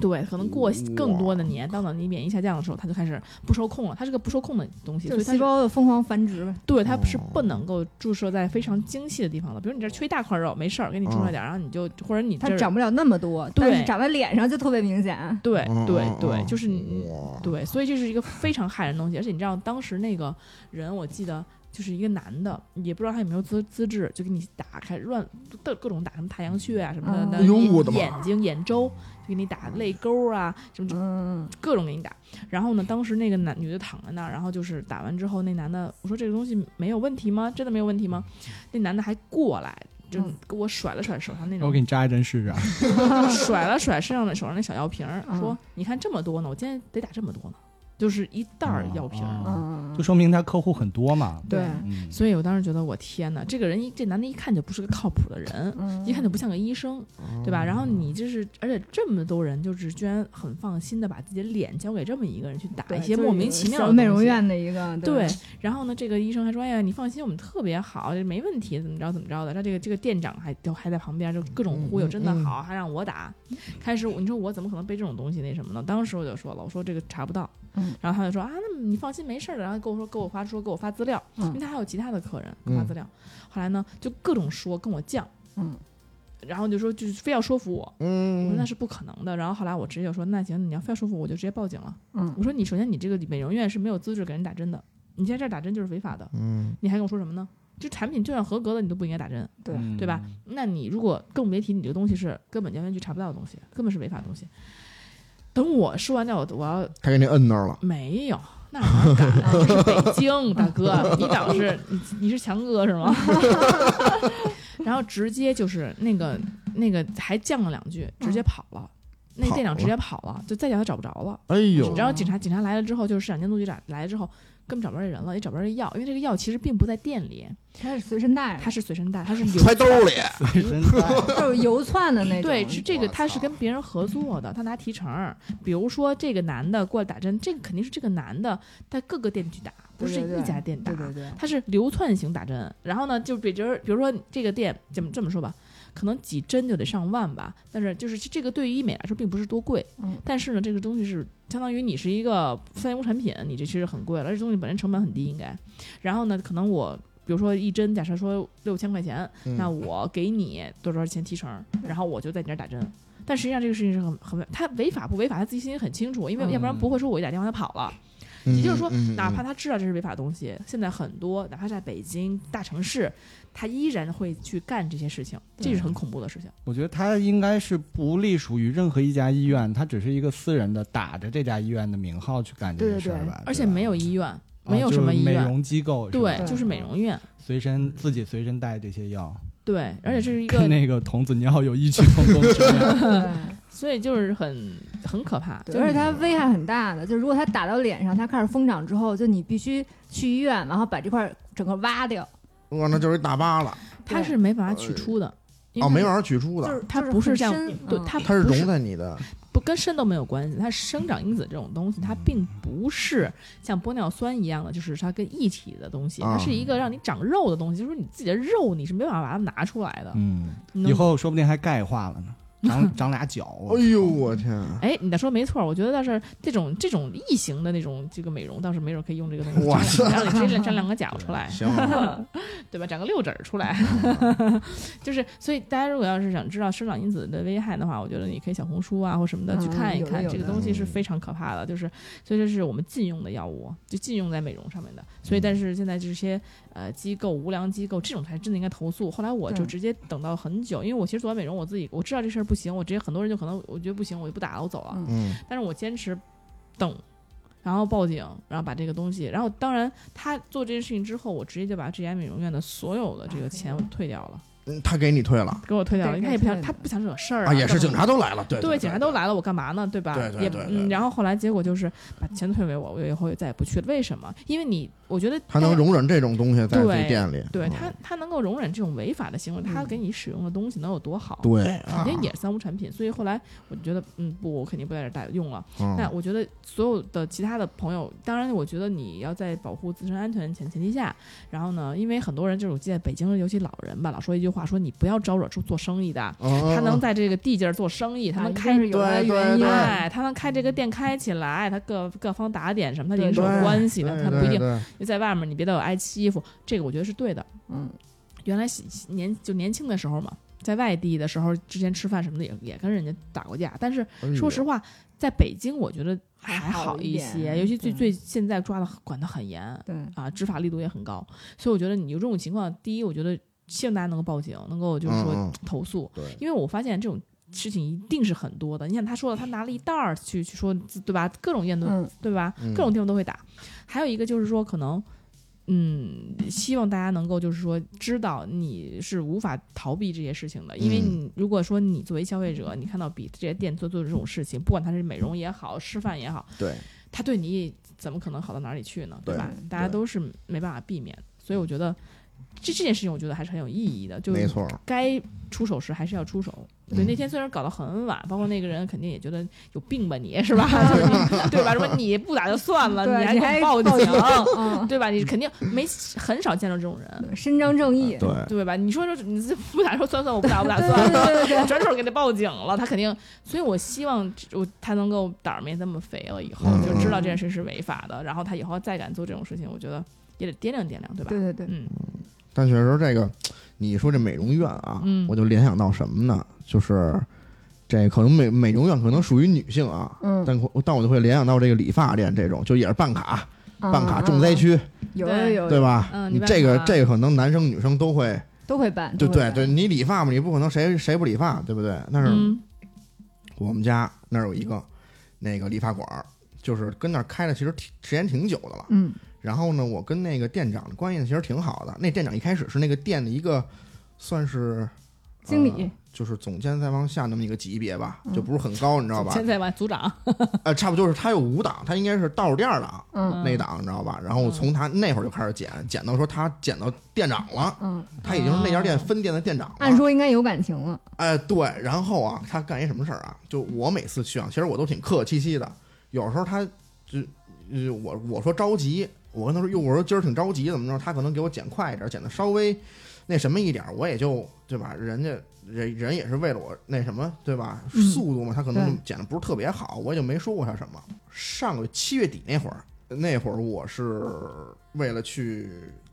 S5: 对，可能过
S3: 哇
S5: 更多的年，当到你免疫下降的时候，它就开始不受控了。它是个不受控的东西，
S6: 就
S5: 所
S6: 是
S5: 以它
S6: 细
S5: 是
S6: 胞的疯狂繁殖呗。
S5: 对
S3: 哦
S5: 它是不能够注射在非常精细的地方的。比如你这儿缺一大块肉，没事儿，给你注
S3: 嗯
S5: 射点儿，然后你就或者你
S6: 它
S5: 这儿
S6: 长不了那么多，
S5: 对
S6: 但是长在脸上就特别明显。
S5: 对
S3: 嗯
S5: 对
S3: 嗯
S5: 对，
S3: 嗯
S5: 就是你
S3: 哇，
S5: 对，所以这是一个非常害人的东西，而且你知道当时那个人，我记得就是一个男的，也不知道他有没有资资质，就给你打开乱各各种打什么太阳穴啊什么的，
S6: 嗯
S5: 那
S6: 哎
S3: 呦我的妈
S5: 眼睛眼周就给你打泪沟啊什么就
S6: 嗯，
S5: 各种给你打。然后呢，当时那个男女的躺在那儿，然后就是打完之后，那男的我说这个东西没有问题吗？真的没有问题吗？那男的还过来。就
S6: 嗯
S5: 给我甩了甩手上那
S4: 我
S5: 种
S4: 给你扎一针试试啊。
S5: 甩了甩身上的手上那小药瓶儿，
S6: 嗯
S5: 说：“你看这么多呢，我今天得打这么多呢，就是一袋儿药瓶儿。
S4: 哦
S6: 嗯
S4: 就说明他客户很多嘛。
S6: 对
S4: 嗯，
S5: 所以我当时觉得，我天哪，这个人一这男的一看就不是个靠谱的人，
S6: 嗯
S5: 一看就不像个医生，对吧？然后你就是，而且这么多人，就是居然很放心的把自己的脸交给这么一个人去打
S6: 对
S5: 一些
S6: 就是
S5: 莫名其妙
S6: 小
S5: 的
S6: 美
S5: 东
S6: 容
S5: 西。
S6: 院的一个
S5: 对，然后呢，这个医生还说：“哎呀，你放心，我们特别好，这没问题，怎么着怎么着的。”他这个这个店长还都还在旁边，就各种忽悠，
S3: 嗯嗯
S5: 真的好，还让我打。开始我你说我怎么可能被这种东西那什么呢？当时我就说了，我说这个查不到。
S6: 嗯
S5: 然后他就说啊，那你放心，没事儿的。然后跟我说，给我发说给我发资料，
S6: 嗯
S5: 因为他还有其他的客人给我发资料。后来呢，就各种说跟我犟，
S6: 嗯，
S5: 然后就说就是非要说服我，我说
S3: 嗯
S5: 那，是不可能的。然后后来我直接就说，那行，你要非要说服我，我就直接报警了。
S6: 嗯
S5: 我说你首先你这个美容院是没有资质给人打针的，你在这儿打针就是违法的。
S3: 嗯，
S5: 你还跟我说什么呢？就产品就算合格的，你都不应该打针，
S6: 对
S4: 嗯
S5: 对吧？？那你如果更别提你这个东西是根本药监局查不到的东西，根本是违法的东西。等我说完这，我我要
S3: 他给你摁那儿了，
S5: 没有，那哪敢？这
S6: 啊
S5: 是北京，大哥，你当是你你是强哥是吗？然后直接就是那个那个还犟了两句，直接跑了。那个店长直接跑了，就再叫他找不着了。
S3: 哎呦，
S5: 然后警察警察来了之后，就是市场监督局长来了之后，根本找不着这人了，也找不着这药，因为这个药其实并不在店里，
S6: 它是随身带
S5: 它
S6: 的，
S5: 是随身带，它是流
S3: 揣兜里，
S4: 随身带
S6: 就是游窜的那种。
S5: 对，是这个
S3: 我
S5: 他是
S3: 操
S5: 跟别人合作的，他拿提成儿。比如说这个男的过来打针，这个肯定是这个男的在各个店去打，不
S6: 对
S5: 是
S6: 对对
S5: 一家店打
S6: 对，对对，
S5: 他是流窜型打针。然后呢，就比如比如说这个店怎么这么说吧，可能几针就得上万吧。但是就是这个对于医美来说并不是多贵，
S6: 嗯
S5: 但是呢，这个东西是相当于你是一个三无产品，你这其实很贵了，而且东西本身成本很低应该。然后呢，可能我。比如说一针，假设说六千块钱，
S3: 嗯
S5: 那我给你多少多少钱提成，然后我就在你这儿打针。但实际上这个事情是很很，他违法不违法，他自己心里很清楚，因为要不然不会说我一打电话他跑了。也
S3: 嗯
S5: 就是说，哪怕他知道这是违法的东西，现在很多哪怕在北京大城市，他依然会去干这些事情，这是很恐怖的事情。
S4: 我觉得他应该是不隶属于任何一家医院，他只是一个私人的，打着这家医院的名号去干这
S6: 对对
S4: 个事儿
S6: 对
S4: 吧，
S5: 而且
S4: 对吧
S5: 没有医院，
S4: 啊
S5: 没有什么医
S4: 就是美
S5: 院，
S4: 容机构，是吧
S5: 对，就是美容院，
S4: 随身自己随身带这些药，
S5: 对，而且 这是一
S4: 跟
S5: 个，
S4: 那个童子尿有异曲同工之 妙。
S5: 所以就是很很可怕，
S6: 对，
S5: 就是
S6: 而且它危害很大的，就如果它打到脸上，它开始疯长之后，就你必须去医院，然后把这块儿整个挖掉。
S3: 哇，那就是一大疤了，
S5: 它是没法取出的，因为
S3: 哦，
S5: 它
S3: 没法取出
S6: 就
S3: 的，
S6: 是
S5: 它
S6: 就是
S5: 不是
S6: 很
S5: 像
S6: 深，
S5: 对
S6: 嗯
S5: 它
S3: 它是
S5: 不
S3: 融在你的，
S5: 不跟肾都没有关系，它生长因子这种东西，它并不是像玻尿酸一样的，就是它跟一体的东西，
S3: 啊
S5: 它是一个让你长肉的东西，就是你自己的肉你是没办法把它拿出来的。
S4: 嗯，
S5: 你能
S4: 以后说不定还钙化了呢， 长长俩脚。啊我
S3: 哎呦我天，
S5: 哎，你倒说没错，我觉得倒是这种这种异形的那种这个美容，倒是没准可以用这个东西
S3: 哇
S5: 长两，让你真长两个脚出 来，
S3: 行了，
S5: 对吧？长个六指儿出来， 就是所以大家如果要是想知道生长因子的危害的话，我觉得你可以小红书啊或什么的去
S6: 嗯
S5: 看一
S6: 有的
S5: 看，
S6: 有
S5: 这个
S6: 的
S5: 东西是非常可怕的，就是所以这是我们禁用的药物，就禁用在美容上面的。所以但是现在这些呃机构无良机构这种才真的应该投诉。后来我就
S6: 对
S5: 直接等到很久，因为我其实做完美容我自己我知道这事儿不行，我直接很多人就可能我觉得不行，我就不打了，我走了。
S6: 嗯
S3: 嗯，
S5: 但是我坚持等，然后报警，然后把这个东西，然后当然他做这件事情之后，我直接就把这家美容院的所有的这个钱我退掉了，
S3: 嗯他给你退了
S5: 给我退掉了，
S6: 对
S5: 因为他也不想
S6: 给退了
S5: 他不想惹事儿
S3: 啊，也是
S5: 干嘛
S3: 警察都来了，对
S5: 对，警察都来了，我干嘛呢？对吧？
S3: 对对对
S5: 也
S3: 对
S5: 嗯，
S3: 对
S5: 然后后来结果就是把钱退给我，我以后也再也不去了。为什么？因为你，我觉得
S3: 他能
S5: 大
S3: 容忍这种东西在自己
S5: 对
S3: 店里，
S5: 对
S3: 嗯
S5: 他，他能够容忍这种违法的行为，他
S6: 嗯
S5: 给你使用的东西能有多好？
S3: 对
S5: 肯
S3: 啊，
S5: 定也是三无产品，所以后来我就觉得，嗯，不，我肯定不在这儿打用了。
S3: 嗯
S5: 那我觉得所有的其他的朋友，当然我觉得你要在保护自身安全前前提下，然后呢，因为很多人就是我记得北京，尤其老人吧，老说一句话，说你不要招惹出做生意的。
S3: 嗯
S5: 他能在这个地界儿做生意，
S6: 啊
S5: 他能
S6: 一定
S5: 开
S6: 是有来
S3: 对
S6: 源
S3: 对
S6: 因，
S5: 哎，他能开这个店开起来，他各各方打点什么，他一定是有
S3: 对
S5: 关系的，
S3: 对
S5: 他不
S3: 嗯对
S5: 一定
S3: 对
S5: 就在外面，你别对我挨欺负，这个我觉得是对的。
S6: 嗯，
S5: 原来喜年就年轻的时候嘛，在外地的时候，之前吃饭什么的也也跟人家打过架，但是
S3: 哎呦
S5: 说实话，在北京我觉得还
S6: 还好
S5: 好
S6: 一
S5: 一
S6: 点
S5: 些，尤其最
S6: 对
S5: 最现在抓的管得很严
S6: 对，
S5: 啊，执法力度也很高，所以我觉得你有这种情况，第一，我觉得希望大家能够报警，能够就是
S3: 嗯
S5: 说
S3: 嗯
S5: 投诉，
S3: 对
S5: 因为我发现这种。事情一定是很多的，你想他说了，他拿了一袋儿去去说，对吧？各种言论，
S6: 嗯，
S5: 对吧？
S3: 嗯
S5: 各种地方都会打。还有一个就是说，可能，嗯，希望大家能够就是说知道你是无法逃避这些事情的，
S3: 嗯
S5: 因为你如果说你作为消费者，你看到比这些店做做这种事情，不管它是美容也好，吃饭也好，
S3: 对，
S5: 它对你怎么可能好到哪里去呢？
S3: 对
S5: 吧？
S6: 对
S5: 大家都是没办法避免，所以我觉得这这件事情，我觉得还是很有意义的，就
S3: 没
S5: 是
S3: 错，
S5: 该出手时还是要出手。对，
S3: 嗯
S5: 那天虽然搞得很晚，包括那个人肯定也觉得有病 吧你，是吧？ 就是你对吧？说你不打就算了，
S6: 对，
S5: 还
S6: 你
S5: 给
S6: 还
S5: 我报
S6: 警
S5: 警，
S6: 嗯，
S5: 对吧？你肯定没很少见到这种人，
S6: 伸张正义，
S3: 对，
S5: 嗯对吧？你说说，你这不打说算算，我不打我不打算
S6: 对对对
S5: 了， 转手给他报警了，他肯定。所以我希望我他能够胆儿没那么肥了，以后
S3: 嗯
S5: 就知道这件事是违法的，然后他以后再敢做这种事情，我觉得也得掂量掂量，对吧？
S6: 对对对，
S5: 嗯
S3: 但确实这个，你说这美容院啊，
S5: 嗯
S3: 我就联想到什么呢？就是这可能美美容院可能属于女性啊，
S6: 嗯，
S3: 但我但我就会联想到这个理发店这种，就也是办卡，办卡
S6: 嗯
S3: 重灾，
S6: 嗯
S3: 区，
S6: 嗯有有有，
S3: 对吧？
S5: 嗯
S3: 你
S5: 你办
S3: 这个
S5: 卡
S3: 这个可能男生女生都会，
S6: 都会办，
S3: 就
S6: 都会
S3: 对
S6: 办
S3: 对，，你理发嘛，你不可能谁谁不理发，对不对？但是
S5: 嗯
S3: 我们家那儿有一个那个理发馆儿，就是跟那儿开的，其实挺时间挺久的了。
S6: 嗯，
S3: 然后呢，我跟那个店长的关系其实挺好的。那店长一开始是那个店的一个算是
S6: 经
S3: 呃
S6: 理，
S3: 就是总监再往下那么一个级别吧，
S6: 嗯
S3: 就不是很高，你知道吧？
S5: 现在吧，组长，
S3: 呃，差不多就是他有五档，他应该是倒数第二档
S6: 嗯
S3: 啊那档，你知道吧？然后我
S5: 嗯。
S3: 从他那会儿就开始减，减到说他减到店长了，
S6: 嗯，
S3: 他已经是那家店分店的店长了。
S6: 按说应该有感情了，
S3: 哎，对，然后啊，他干一什么事儿啊？就我每次去啊，其实我都挺客客气气的。有时候他就，呃我我说着急，我跟他说，哟，我说今儿挺着急，怎么着？他可能给我剪快一点，剪的稍微那什么一点儿，我也就对吧？人家人人也是为了我那什么对吧？
S6: 嗯
S3: 速度嘛，他可能
S6: 对
S3: 剪的不是特别好，我也就没说过他什么。上个月七月底那会儿，那会儿我是为了去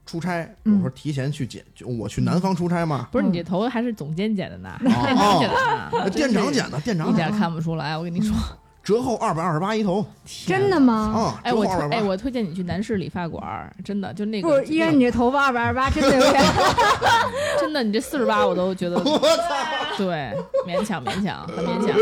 S3: 出差，我
S6: 嗯
S3: 说提前去剪，就我去南方出差嘛
S5: 不是你这头还是总监剪的呢？
S3: 嗯哦，
S5: 啊
S3: 哦店长剪的，店
S5: 一
S3: 长剪
S5: 点看不出来，我跟你说，
S3: 折后二百二十八一头
S5: 天
S6: 真的吗？
S3: 啊，
S5: 哎，
S3: 折
S5: 我
S3: 后二
S5: 推
S3: 百
S5: 哎，
S3: 八。，
S5: 我推荐你去男士理发馆儿，真的，就那
S6: 不
S5: 个，，
S6: 依然你这头发二百二十 八，真的有点
S5: 真的，你这四十八我都觉得
S3: 我操！
S5: 对，勉强勉强，很勉强。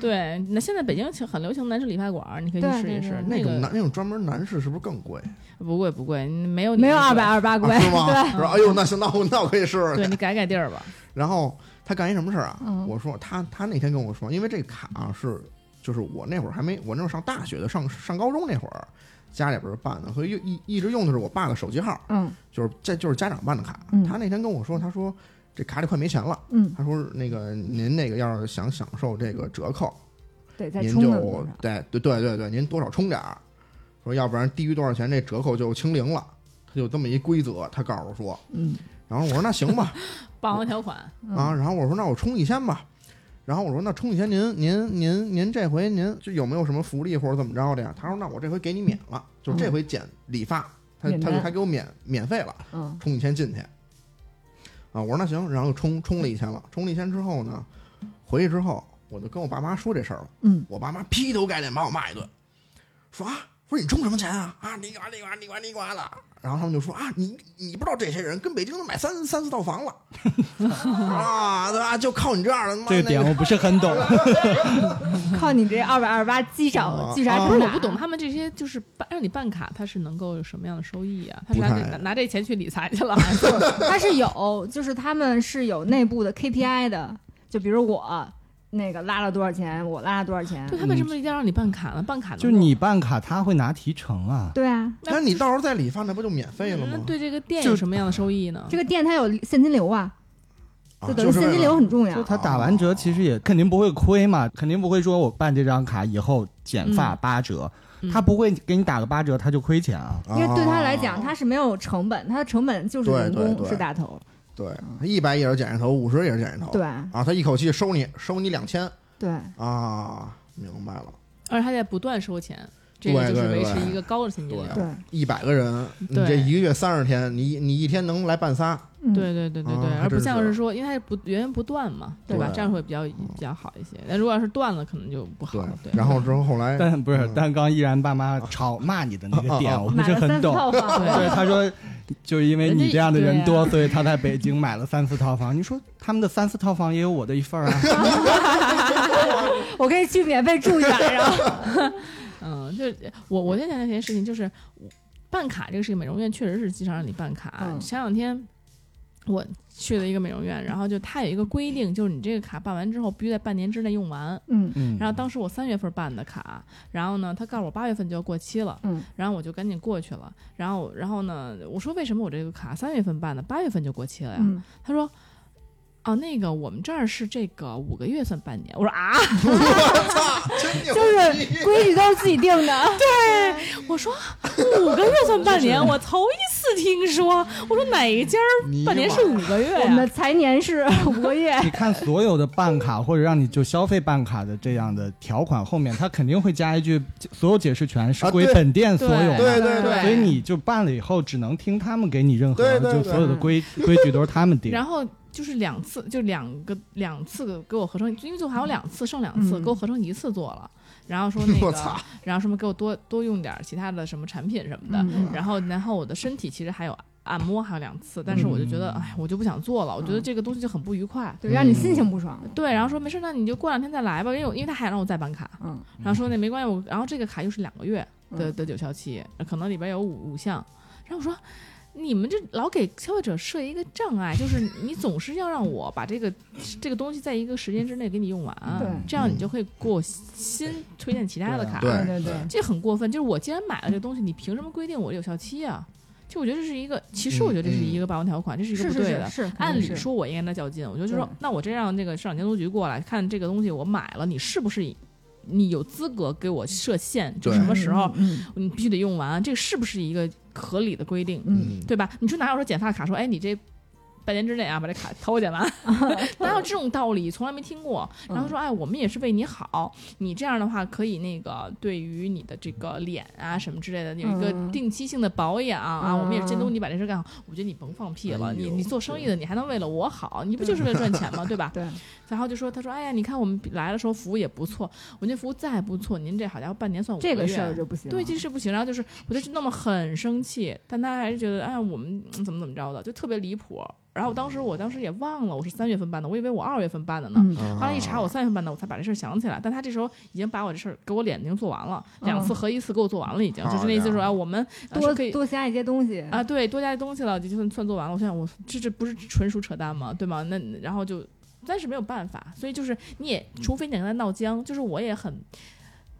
S5: 对，那现在北京其实很流行男士理发馆儿，你可以去
S6: 对
S5: 试
S6: 对
S5: 一
S6: 对
S5: 试。
S3: 那
S5: 个
S3: 种男那种专门男士是不是更贵？
S5: 不贵不贵，没有你
S6: 没有
S5: 那
S6: 二
S5: 贵
S6: 百。二十八贵
S3: 啊，是吗？
S6: 对，
S3: 是吧？哎呦，那行，那我那我可以试试
S5: 对
S3: 去。
S5: 你改改地儿吧，
S3: 然后他干一什么事儿啊？
S6: 嗯
S3: 我说他他那天跟我说，因为这卡、啊、是就是我那会儿还没我那会儿上大学的上上高中那会儿，家里边儿办的，所以一一一直用的是我爸的手机号，
S6: 嗯
S3: 就是这就是家长办的卡。
S6: 嗯
S3: 他那天跟我说，他说这卡里快没钱了，
S6: 嗯，
S3: 他说那个您那个要是想享受这个折扣，
S6: 对，再
S3: 您
S6: 充了
S3: 就
S6: 多少？
S3: 对对对对对，您多少充点儿，说要不然低于多少钱这折扣就清零了，他就这么一规则，他告诉我说。
S6: 嗯
S3: 然后我说那 行吧，
S5: 霸王条款。
S3: 啊，，然后我说那我充一千吧，然后我说那充一千您您您您这回您就有没有什么福利或者怎么着的呀？他说那我这回给你免了，就是这
S6: 嗯
S3: 回剪理发，他
S6: 免
S3: 他
S6: 单
S3: 就他给我免免费了，
S6: 嗯
S3: 充一千进去。啊，我说那行，然后充充了一千了，充了一千之后呢，回去之后我就跟我爸妈说这事儿了，
S6: 嗯
S3: 我爸妈劈头盖脸把我骂一顿，说啊，说你充什么钱啊啊，你瓜你瓜你瓜你瓜的。然后他们就说啊，你你不知道这些人跟北京都买三三四套房了，啊，对吧？就靠你这样的，妈
S4: 这个点
S3: 那
S4: 我不是很 懂。
S6: 嗯，靠你这二百二十八积
S3: 啊
S6: 少积少
S3: 啊
S5: 不
S6: 成
S5: 是
S6: 多
S5: 我不懂，他们这些就是办让你办卡，他是能够有什么样的收益啊？他
S3: 不
S5: 拿
S3: 太
S5: 拿拿这钱去理财 去了，
S6: 它是有，就是他们是有内部的 KPI 的，就比如我那个拉了多少钱，我拉了多少钱
S5: 就，他为什么一定要让你办卡呢？办卡
S4: 就
S5: 能够
S4: 你办卡，他会拿提成啊。
S6: 对啊，
S3: 那你到时候再理发，那不就免费了
S5: 那
S6: 嗯
S3: 吗？
S5: 对这个店
S4: 就
S5: 有什么样的收益呢？
S6: 这个店它有现金流啊，
S3: 啊
S6: 就等于
S3: 就是
S6: 现金
S3: 为
S6: 流
S3: 了
S6: 很重
S5: 啊
S6: 要
S4: 就。他打完折，其实也肯定不会亏嘛，肯定不会说我办这张卡以后剪发
S5: 嗯
S4: 八折，
S5: 嗯
S4: 他不会给你打个八折他就亏钱啊。
S6: 因为对他来
S3: 啊
S6: 讲，他是没有成本，他的成本就是
S3: 对
S6: 人
S3: 对
S6: 工
S3: 对
S6: 是大头，
S3: 对一百也是剪一头，五十也是剪一头，
S6: 对
S3: 啊，他一口气收你收你两千
S6: 对，
S3: 啊，明白了，
S5: 而且他在不断收钱，这个
S3: 对
S5: 就是
S3: 对
S5: 维
S3: 对
S5: 持一个高的现金流。
S3: 对啊
S6: 对，
S3: 一百个人，你
S5: 对
S3: 这一个月三十天，你你一天能来办仨，
S6: 嗯，
S5: 对对对对对，
S3: 啊还
S5: 而不
S3: 真
S5: 像
S3: 是
S5: 是说，因为它是不源源不断嘛，对吧？
S3: 对嗯
S5: 这样会比较比较好一些。但如果要是断了，可能就不好了。对，
S3: 然后之后后来
S4: 但不是
S3: 嗯，
S4: 但刚依然爸妈吵骂你的那个
S3: 啊啊
S4: 点，我不
S6: 买
S4: 是
S6: 了
S4: 很
S6: 三
S4: 懂。
S6: 套房，
S5: 对
S4: 对，他说，就是因为
S5: 人家
S4: 你这样的人多，
S5: 对啊
S4: 所以他在北京买了三四套房。你说他们的三四套房也有我的一份 儿啊？
S6: 我可以去免费住一晚上。
S5: 嗯，就是我我先讲一件事情，就是办卡这个事情，美容院确实是经常让你办卡。
S6: 嗯
S5: 前两天我去了一个美容院，然后就它有一个规定，就是你这个卡办完之后必须在半年之内用完。
S6: 嗯
S4: 嗯，
S5: 然后当时我三月份办的卡，然后呢，他告诉我八月份就要过期了，
S6: 嗯，
S5: 然后我就赶紧过去了。然后，然后呢，我说为什么我这个卡三月份办的，八月份就过期了呀？
S6: 嗯，
S5: 他说。啊，那个我们这儿是这个五个月算半年。我说啊，
S3: 我操，真牛
S6: 就是规矩都是自己定的，
S5: 我说五个月算半年，我头一次听说。我说哪一家儿
S3: 逼，
S5: 半年是五个月
S6: 我们
S5: 呀、
S6: 的财年是五个 月。
S4: 你看所有的办卡或者让你就消费办卡的这样的条款后面，他肯定会加一句，所有解释权是
S3: 啊
S4: 归
S3: 对
S4: 本店所有
S3: 对
S4: 的。
S3: 对对
S4: 所以你就办了以后，只能听他们给你任何
S3: 对对嗯
S4: 就
S3: 对
S4: 所有的规 规矩都是他们定。
S5: 然后就是两次，就两个两次给我合成，因为最后还有两次剩两次，
S6: 嗯
S5: 给我合成一次做了。然后说那
S3: 我
S5: 个
S3: 操，
S5: 然后什么给我多多用点儿其他的什么产品什么的。
S6: 嗯
S5: 然后然后我的身体其实还有按摩还有两次，但是我就觉得
S4: 嗯
S5: 哎，我就不想做了，我觉得
S6: 嗯
S5: 这个东西就很不愉快。
S6: 对，让你心
S3: 嗯
S6: 情不爽。
S5: 对，然后说没事，那你就过两天再来吧，因为我因为他还让我再办卡，
S6: 嗯，
S5: 然后说那没关系，我然后这个卡又是两个月的
S6: 嗯
S5: 的有效期，呃可能里边有五五项，然后我说。你们这老给消费者设一个障碍，就是你总是要让我把这个这个东西在一个时间之内给你用完，
S6: 对
S5: 这样你就会给我新推荐其他的卡。
S3: 对
S6: 对对对，
S5: 这很过分。就是我既然买了这个东西，你凭什么规定我有效期啊？就我觉得这是一个，其实我觉得这是一个霸王条款，这嗯是一个
S6: 是
S5: 不
S6: 是
S5: 对的。
S6: 是是，肯定
S5: 按理
S6: 是，
S5: 说我应该跟他较劲，我就就说
S6: 对，
S5: 那我这让这个市场监督局过来看这个东西我买了，你是不是你有资格给我设限，就
S3: 对
S5: 什么时候
S6: 嗯
S5: 你必须得啊用完，这个是不是一个合理的规定，
S6: 嗯
S5: 对吧？你说哪有说剪发卡说，哎，你这半年之内啊把这卡掏 钱完，哪有这种道理？从来没听过。然
S6: 嗯
S5: 后说，哎，我们也是为你好，你这样的话可以那个对于你的这个脸啊什么之类的有一个
S6: 嗯
S5: 定期性的保养啊，我们也是监督
S6: 嗯
S5: 你把这事干好。我觉得你甭放屁了，
S3: 哎
S5: 你
S3: 呦
S5: 你做生意的你还能为了我好，你不就是为 了赚钱吗？对吧？
S6: 对，
S5: 然后就说，他说，哎呀，你看我们来的时候服务也不错，我那服务再不错，您这好家伙半年算五
S6: 这个
S5: 月啊
S6: 事儿就不行了。
S5: 对，这是不行。然后就是，我就是弄得很生气，但他还是觉得，哎呀，我们嗯怎么怎么着的，就特别离谱。然后我当时，我当时也忘了我是三月份办的，我以为我二月份办的呢。
S6: 嗯，
S5: 后来一查，我三月份办的，我才把这事儿想起来。但他这时候已经把我这事儿给我脸已经做完了，两
S6: 嗯
S5: 次合一次给我做完了，已经、就是那意思说，哎，我们呃
S6: 多
S5: 是可以
S6: 多加一些东西
S5: 啊，对，多加些东西了，就算算做完了。我想想，我这这不是纯属扯淡吗？对吗？那然后就，但是没有办法，所以就是你也，除非你跟他闹僵，就是我也很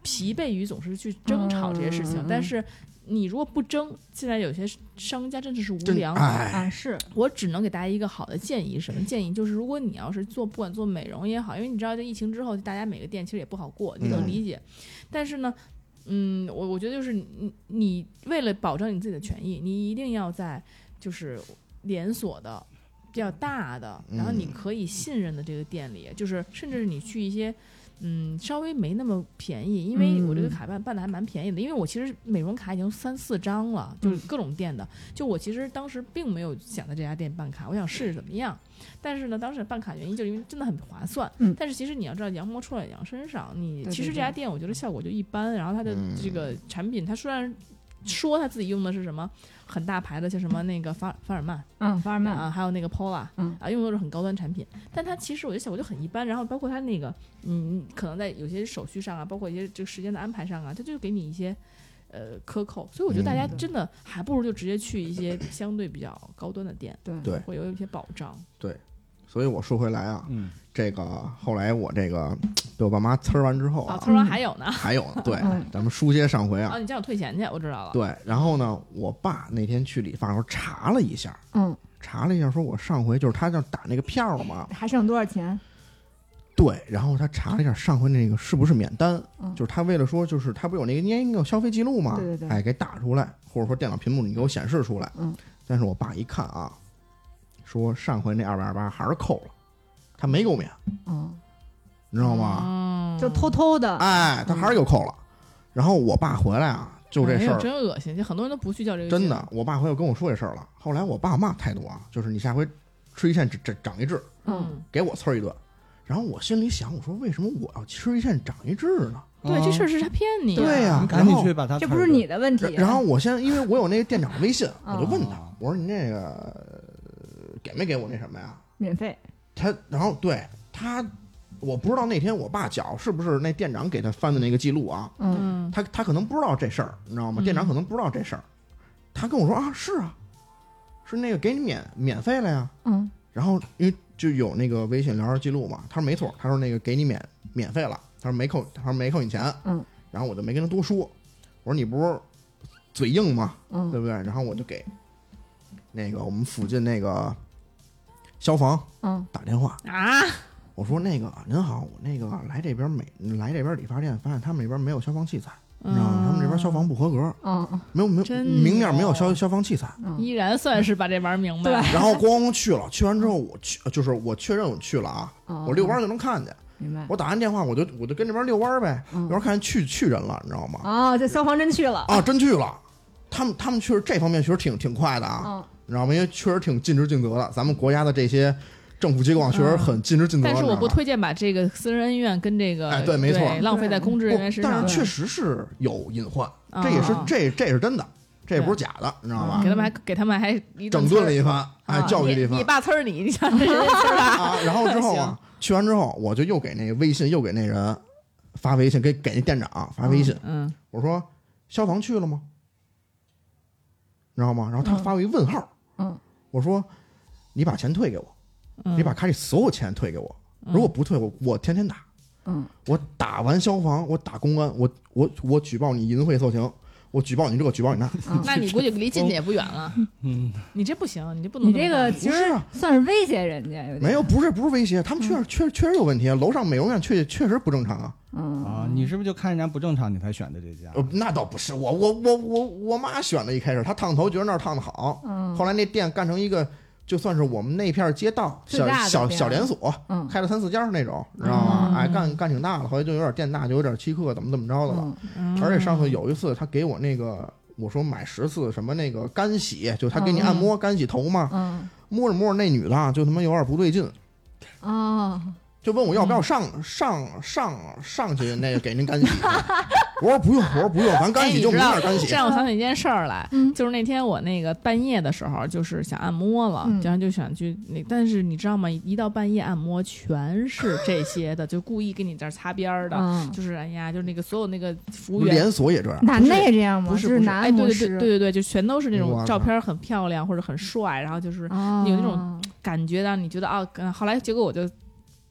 S5: 疲惫于总是去争吵这些事情，
S6: 嗯
S5: 但是。你如果不争，现在有些商家真的是无
S3: 真
S5: 良。
S3: 哎，
S6: 啊，是
S5: 我只能给大家一个好的建议，什么建议？就是如果你要是做不管做美容也好，因为你知道这疫情之后，大家每个店其实也不好过，你能
S3: 嗯
S5: 理解。但是呢，嗯，我我觉得就是你你为了保证你自己的权益，你一定要在就是连锁的。比较大的，然后你
S3: 嗯
S5: 可以信任的这个店里，就是甚至是你去一些，嗯，稍微没那么便宜，因为我这个
S6: 嗯
S5: 卡办办的还蛮便宜的，因为我其实美容卡已经三四张了，就是
S6: 嗯
S5: 各种店的，就我其实当时并没有想在这家店办卡，我想试试怎么样。但是呢，当时办卡原因就是因为真的很划算。
S6: 嗯
S5: 但是其实你要知道，羊毛出在羊身上，你
S6: 对
S5: 其实
S6: 对
S5: 这家
S6: 对
S5: 店我觉得效果就一般。然后它的
S3: 嗯
S5: 这个产品，它虽然说它自己用的是什么很大牌的，像什么那个法法尔曼
S6: 嗯，法尔曼
S5: 啊，还有那个 Pola，
S6: 嗯
S5: 啊，用的都是很高端产品，但它其实我觉得效果就很一般。然后包括它那个，嗯，可能在有些手续上啊，包括一些这个时间的安排上啊，它就给你一些。呃，克扣，所以我觉得大家
S6: 嗯
S5: 真的还不如就直接去一些相对比较高端的店，
S6: 对
S3: 对
S5: 会有一些保障。
S3: 所以我说回来啊，
S4: 嗯，
S3: 这个后来我这个被我爸妈呲儿完之后
S5: 啊，
S3: 啊，
S5: 他说还有呢，
S3: 还有呢对
S6: 嗯，
S3: 咱们书接上回
S5: 啊，
S3: 啊，
S5: 你叫我退钱去，我知道了。
S3: 对，然后呢，我爸那天去理发的时候查了一下，
S6: 嗯，
S3: 查了一下，说我上回就是他要打那个票嘛，
S6: 还剩多少钱？
S3: 对，然后他查了一下上回那个是不是免单，
S6: 嗯
S3: 就是他为了说，就是他不有那个年有消费记录吗？
S6: 对对对
S3: 哎，给打出来，或者说电脑屏幕你给我显示出来。
S6: 嗯，
S3: 但是我爸一看啊，说上回那二百二八还是扣了，他没给我免，
S6: 嗯，
S3: 你知道吗？
S5: 嗯，
S6: 就偷偷的，
S3: 哎，他还是给我扣了。然后我爸回来啊，就这
S5: 哎
S3: 事
S5: 呦
S3: 儿，
S5: 真恶心，就很多人都不去叫这个，
S3: 真
S6: 嗯
S3: 的，，我爸回来跟我说这事儿了。后来我爸骂态度啊，就是你下回吃一堑长长长一智，
S6: 嗯，
S5: 嗯，
S3: 给我呲儿一顿。然后我心里想，我说为什么我要吃一堑长一智呢？
S5: 对，这事儿是他骗你，啊
S3: 对呀、
S4: 啊
S3: 然
S4: 你赶紧
S3: 后。
S4: 去把它，
S6: 这不是你，的问题。
S3: 然后我先，因为我有那个店长的微信，我就问他
S4: 啊，
S3: 我说你那个呃给没给我那什么呀？
S6: 免费，
S3: 他，然后对他，我不知道那天我爸脚是不是那店长给他翻的那个记录啊？
S6: 嗯，
S5: 嗯，
S3: 他他可能不知道这事儿，你知道吗？
S5: 嗯
S3: 店长可能不知道这事儿，他跟我说啊，是啊，是那个给你免免费了呀。
S6: 嗯，
S3: 然后因为就有那个微信聊天记录嘛，他说没错，他说那个给你免免费了，他说没扣，他说没扣你钱，
S6: 嗯，
S3: 然后我就没跟他多说，我说你不是嘴硬吗？
S6: 嗯
S3: 对不对？然后我就给那个我们附近那个消防
S6: 嗯，
S3: 打电话，
S5: 啊，
S3: 我说那个您好，我那个来这边美来这边理发店，发现他们那边没有消防器材，你知道吗？他们这边消防不合格，
S6: 嗯，
S3: 没有没有
S5: 真
S3: 明面没有
S5: 有
S3: 消消防器材。
S5: 依然算是把这玩明白，
S6: 对，
S3: 然后咣咣去了，去完之后我去就是我确认我去了啊，
S6: 嗯
S3: 我遛弯，就能看见。
S6: 明
S5: 嗯
S6: 白。
S3: 我打完电话我就我就跟这边遛弯呗，
S6: 嗯
S3: 一会儿看见去去人了，你知道
S5: 嗯
S3: 吗？
S6: 哦，这消防真去了。
S3: 啊，真去了。他们他们确实这方面确实挺挺快的啊，
S6: 嗯，
S3: 你知道吗？因为确实挺尽职尽责的，咱们国家的这些政府机构啊确实很尽职尽责。
S5: 但是我
S3: 你知
S5: 不
S3: 道吗
S5: 推荐把这个私人恩怨跟这个
S3: 哎对没错
S5: 浪费在公职人
S3: 不
S5: 员身
S3: 哦但
S6: 哦
S5: 上，
S3: 是确实是有隐患，
S5: 啊
S3: 这也是这这是真的，这不是假的，你知道吧
S5: 给？他们还给他们还一顿
S3: 整
S5: 呲
S3: 顿
S5: 儿
S3: 了一番，哎，
S5: 啊
S3: 教育了一
S5: 你
S3: 番
S5: 你爸呲儿你，你想这人家呲 儿他
S3: 啊。然后之后 啊，去完之后，我就又给那个微信，又给那人发微信，给给那店长发微信，
S5: 嗯，
S3: 我说消防去了吗？你知道吗？然后他
S6: 嗯
S3: 发我一问号，
S6: 嗯，
S3: 我说你把钱退给我，
S5: 嗯
S3: 你把卡里所有钱退给我，如果不退我我天天打。
S6: 嗯，
S3: 我打完消防，我打公安，我我我举报你淫秽色情，我举报你这，举报你 那，
S5: 那你估计离进去也不远了， 你这不行，你这不
S6: 嗯
S5: 能
S6: 你
S5: 么
S6: 这
S5: 干
S6: 个其
S3: 不是
S6: 实
S3: 啊
S6: 算是威胁人家，有点
S3: 没有，不是不是威胁，他们确实确确实有问题啊。楼上美容院确确实不正常啊。
S6: 嗯，
S4: 啊，你是不是就看人家不正常，你才选的这家？
S3: 呃，那倒不是，
S6: 嗯
S5: 嗯
S3: 我我我我我妈选的，一开始她烫头觉得那儿烫的好，后来那店干成一个就算是我们那片儿街道
S6: 最
S3: 小
S6: 大的
S3: 小
S5: 啊
S6: 店
S3: 小连锁，
S6: 嗯
S3: 开了三四家儿那种，知道吗？
S6: 嗯
S3: 哎，干干挺大的，后来就有点店大，就有点欺客，怎么怎么着的了。
S6: 嗯
S3: 而且上次有一次，他给我那个，我说买十次什么那个干洗，就他给你按摩干洗头嘛，
S6: 嗯
S3: 摸着摸着那女的啊就他妈有点不对劲，
S6: 哦，
S3: 就问我要不
S5: 嗯
S3: 要上、上上上去那个给您干洗。我说不用，我说不用，咱干
S5: 哎
S3: 洗就明面干洗
S5: 这。让我想
S6: 啊
S5: 起一件事儿来，
S6: 嗯
S5: 就是那天我那个半夜的时候，就是想按摩了，
S6: 嗯
S5: 然后就想去那，但是你知道吗？一到半夜按摩全是这些的，就故意给你这儿擦边儿的，
S6: 嗯
S5: 就是哎呀，就是那个所有那个服务员。
S3: 连锁也这样，
S6: 哪那也这样吗？
S5: 不是
S6: 就
S5: 不
S6: 是
S5: 是，
S6: 男
S5: 哎，
S6: 按
S5: 对
S6: 摩
S5: 对对对
S6: 师，
S5: 对对，就全都是那
S3: 我
S5: 种
S3: 靠
S5: 照片很漂亮或
S6: 嗯
S5: 者很帅，然后就是
S6: 哦
S5: 有那种感觉到你觉得啊，嗯后来结果我就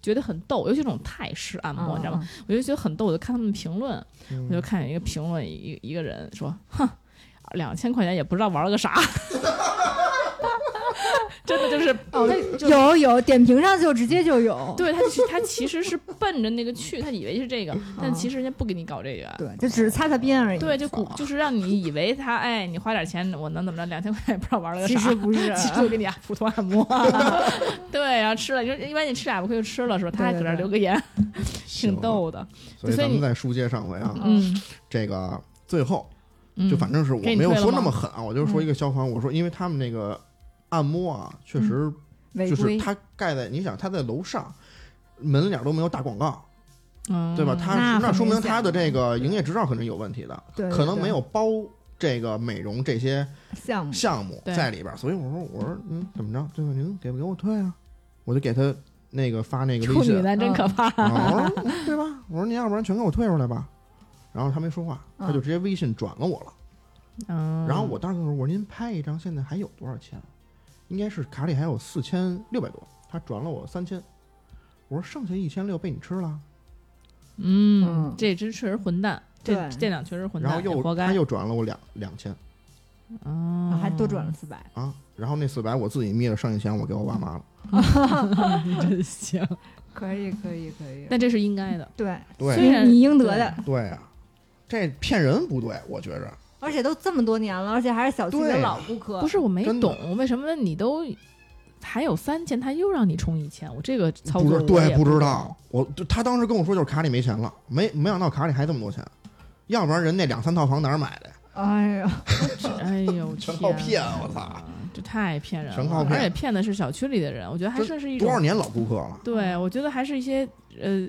S5: 觉得很逗，尤其这种泰式按摩，你知道吗？？
S6: 嗯哦
S5: 我就觉得很逗，我就看他们评论，嗯
S3: 嗯
S5: 我就看有一个评论，一一个人说，哼，两千块钱也不知道玩了个啥， 真的就是，
S6: 哦
S5: 他就
S6: 有有，点评上就直接就有，
S5: 对他其他其实是奔着那个去，他以为是这个，
S6: 嗯
S5: 但其实人家不给你搞这个。
S6: 对，就只是擦擦边而已。
S5: 对，就鼓就是让你以为他哎，你花点钱我能怎么着？两千块钱也不知道玩了 个
S6: 其
S5: 啥，
S6: 实不是，
S5: 其实就给你啊普通按摩。 对啊，吃了，你说一般你吃俩不亏就吃了是吧？他还搁这儿留个言，挺逗的。
S3: 所以
S5: 所以
S3: 咱
S5: 你
S3: 们再书接上回啊，
S5: 嗯，
S3: 这个最后
S5: 嗯
S3: 就反正是我
S5: 给
S3: 没有
S5: 你退了
S3: 说
S5: 吗嗯
S3: 那么狠啊，我就是说一个消防，我说因为他们那个按摩啊，确
S5: 嗯
S3: 实
S6: 违
S3: 就是
S6: 规。
S3: 他盖在，你想他在楼上，门脸都没有打广告，
S5: 嗯
S3: 对吧？他
S6: 那
S3: 那
S6: 很
S3: 说明
S6: 明显
S3: 他的这个营业执照肯定有问题的，
S6: 对对
S3: 可能没
S6: 对
S3: 有包这个美容这些
S6: 项目，
S3: 项目
S5: 嗯对
S3: 在里边儿，所以我说我说嗯怎么着，对吧？您给不给我退啊？我就给他那个发那个微
S5: 处
S3: 信
S5: 女，男真可怕。
S3: 啊我说 嗯对吧？我说您要不然全给我退出来吧。然后他没说话，他就
S6: 嗯
S3: 直接微信转了我了。
S5: 嗯，
S3: 然后我当时跟他说：“我说您拍一张，现在还有多少钱？应该是卡里还有四千六百多。”他转了我三千，我说剩下一千六被你吃了。
S5: 嗯
S6: 嗯，
S5: 这真确实混蛋，这
S6: 对
S5: 这俩确实混
S3: 然
S5: 蛋，
S3: 后
S5: 也
S3: 又
S5: 活
S3: 他
S5: 该。
S3: 又转了我两两千
S5: 哦
S6: 啊还多转了，四百，
S3: 啊，然后那四百我自己眯了，剩下钱我给我爸妈了。
S5: 真行。
S6: 可以可以可以。
S5: 那这是应该的，
S6: 对，
S5: 虽
S3: 对
S5: 然
S6: 你应得的，
S3: 对啊，这骗人不对，我觉着
S6: 而且都这么多年了，而且还是小区的
S3: 对
S6: 老顾客。
S5: 不是我没
S3: 真的
S5: 懂为什么你都还有三千，他又让你充一千，我这个操
S3: 不
S5: 作
S3: 是
S5: 我
S3: 对
S5: 也
S3: 不知道。我就他当时跟我说就是卡里没钱了，没没想到卡里还这么多钱，要不然人那两三套房哪儿买的呀？
S6: 哎呀，
S5: 懂，哎呦，
S3: 全靠
S5: 天啊
S3: 骗
S5: 哪，
S3: 我操！
S5: 这太骗人了，
S3: 全靠骗
S5: 而且骗的是小区里的人，我觉得还
S3: 这
S5: 算是一种
S3: 多少年老顾客了，
S6: 嗯
S5: 对，我觉得还是一些呃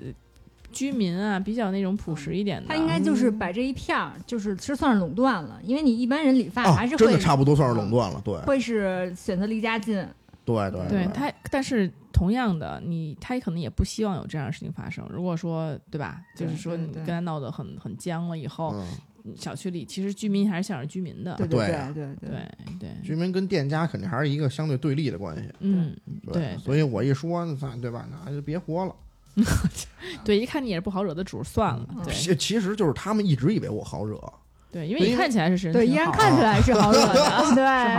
S5: 居民啊，比较那种朴实一点的。
S6: 嗯他应该就是把这一片儿，就是其实算是垄断了，因为你一般人理发
S3: 啊
S6: 还是，
S3: 真
S6: 会
S3: 的差不多算是垄断了。对
S6: 会是选择离家近。
S3: 对对
S6: 嗯
S5: 对他，但是同样的，你他可能也不希望有这样的事情发生。如果说，对吧？就是
S6: 对
S5: 说
S6: 对
S5: 你
S6: 对
S5: 跟他闹得很很僵了以后，
S3: 嗯，
S5: 小区里其实居民还是想着居民的。
S6: 对
S3: 对啊
S6: 对对对
S5: 对对，
S3: 居民跟店家肯定还是一个相对对立的关系。
S5: 嗯，对
S3: 所以我一说，那对吧？那就别活了。
S5: 对，一看你也是不好惹的主，算
S6: 嗯
S5: 了。对
S3: 其其实就是他们一直以为我好惹，
S5: 对，因为
S3: 对
S5: 你
S3: 因为
S5: 看起来是神
S6: 对，
S5: 情
S6: 依然
S5: 好
S6: 看起来是好惹 的，
S5: 是好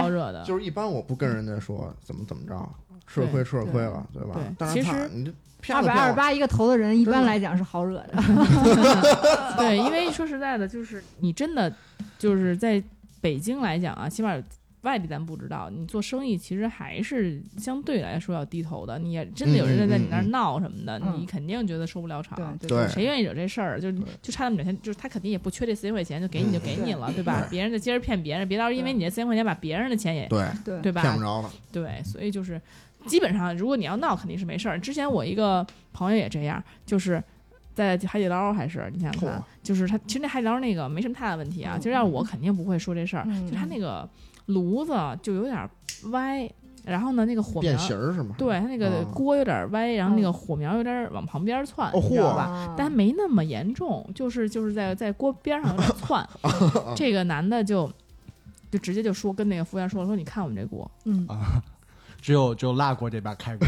S6: 对，
S5: 惹的，
S3: 就是一般我不跟人家说怎么怎么着，吃了亏吃了亏了，对吧
S5: 对？
S3: 但是
S5: 其实
S3: 他你这骗
S6: 二
S3: 了
S6: 百二十
S3: 骗了，
S6: 八一个头的人，一般来讲是好惹的。
S5: 对，因为说实在的，就是你真的就是在北京来讲啊，起码外地咱不知道，你做生意其实还是相对来说要低头的。你也真的有人在你那儿
S3: 嗯嗯嗯
S5: 闹什么的，
S6: 嗯
S5: 你肯定觉得收不了场。
S6: 对
S3: 对
S5: 谁愿意惹这事儿？就就差那么点钱，就是他肯定也不缺这四千块钱，就
S3: 嗯
S5: 给你就给你了，对吧？别人再接着骗别人，别到时候因为你这四千块钱把别人的钱也
S3: 对，
S6: 对
S5: 对
S3: 骗
S5: 吧
S3: 不？着了。
S5: 对，所以就是基本上，如果你要闹，肯定是没事儿。之前我一个朋友也这样，就是在海底捞，还是你想想看
S3: 嚯，嗯
S5: 就是他其实那海底捞那个没什么太大问题啊，就要我肯定不会说这事儿，
S6: 嗯
S5: 就他那个炉子就有点歪，然后呢那个火苗
S3: 变，形儿是吗？
S5: 对他那个
S3: 啊
S5: 锅有点歪，然后
S6: 嗯
S5: 那个火苗有点往旁边窜，
S3: 哦
S5: 你知道
S3: 嚯
S5: 吧？但没那么严重，就是就是在在锅边上有点 窜。这个男的就就直接就说跟那个服务员说说，你看我们这锅，
S6: 嗯，
S4: 啊 只有只有辣锅这边开锅，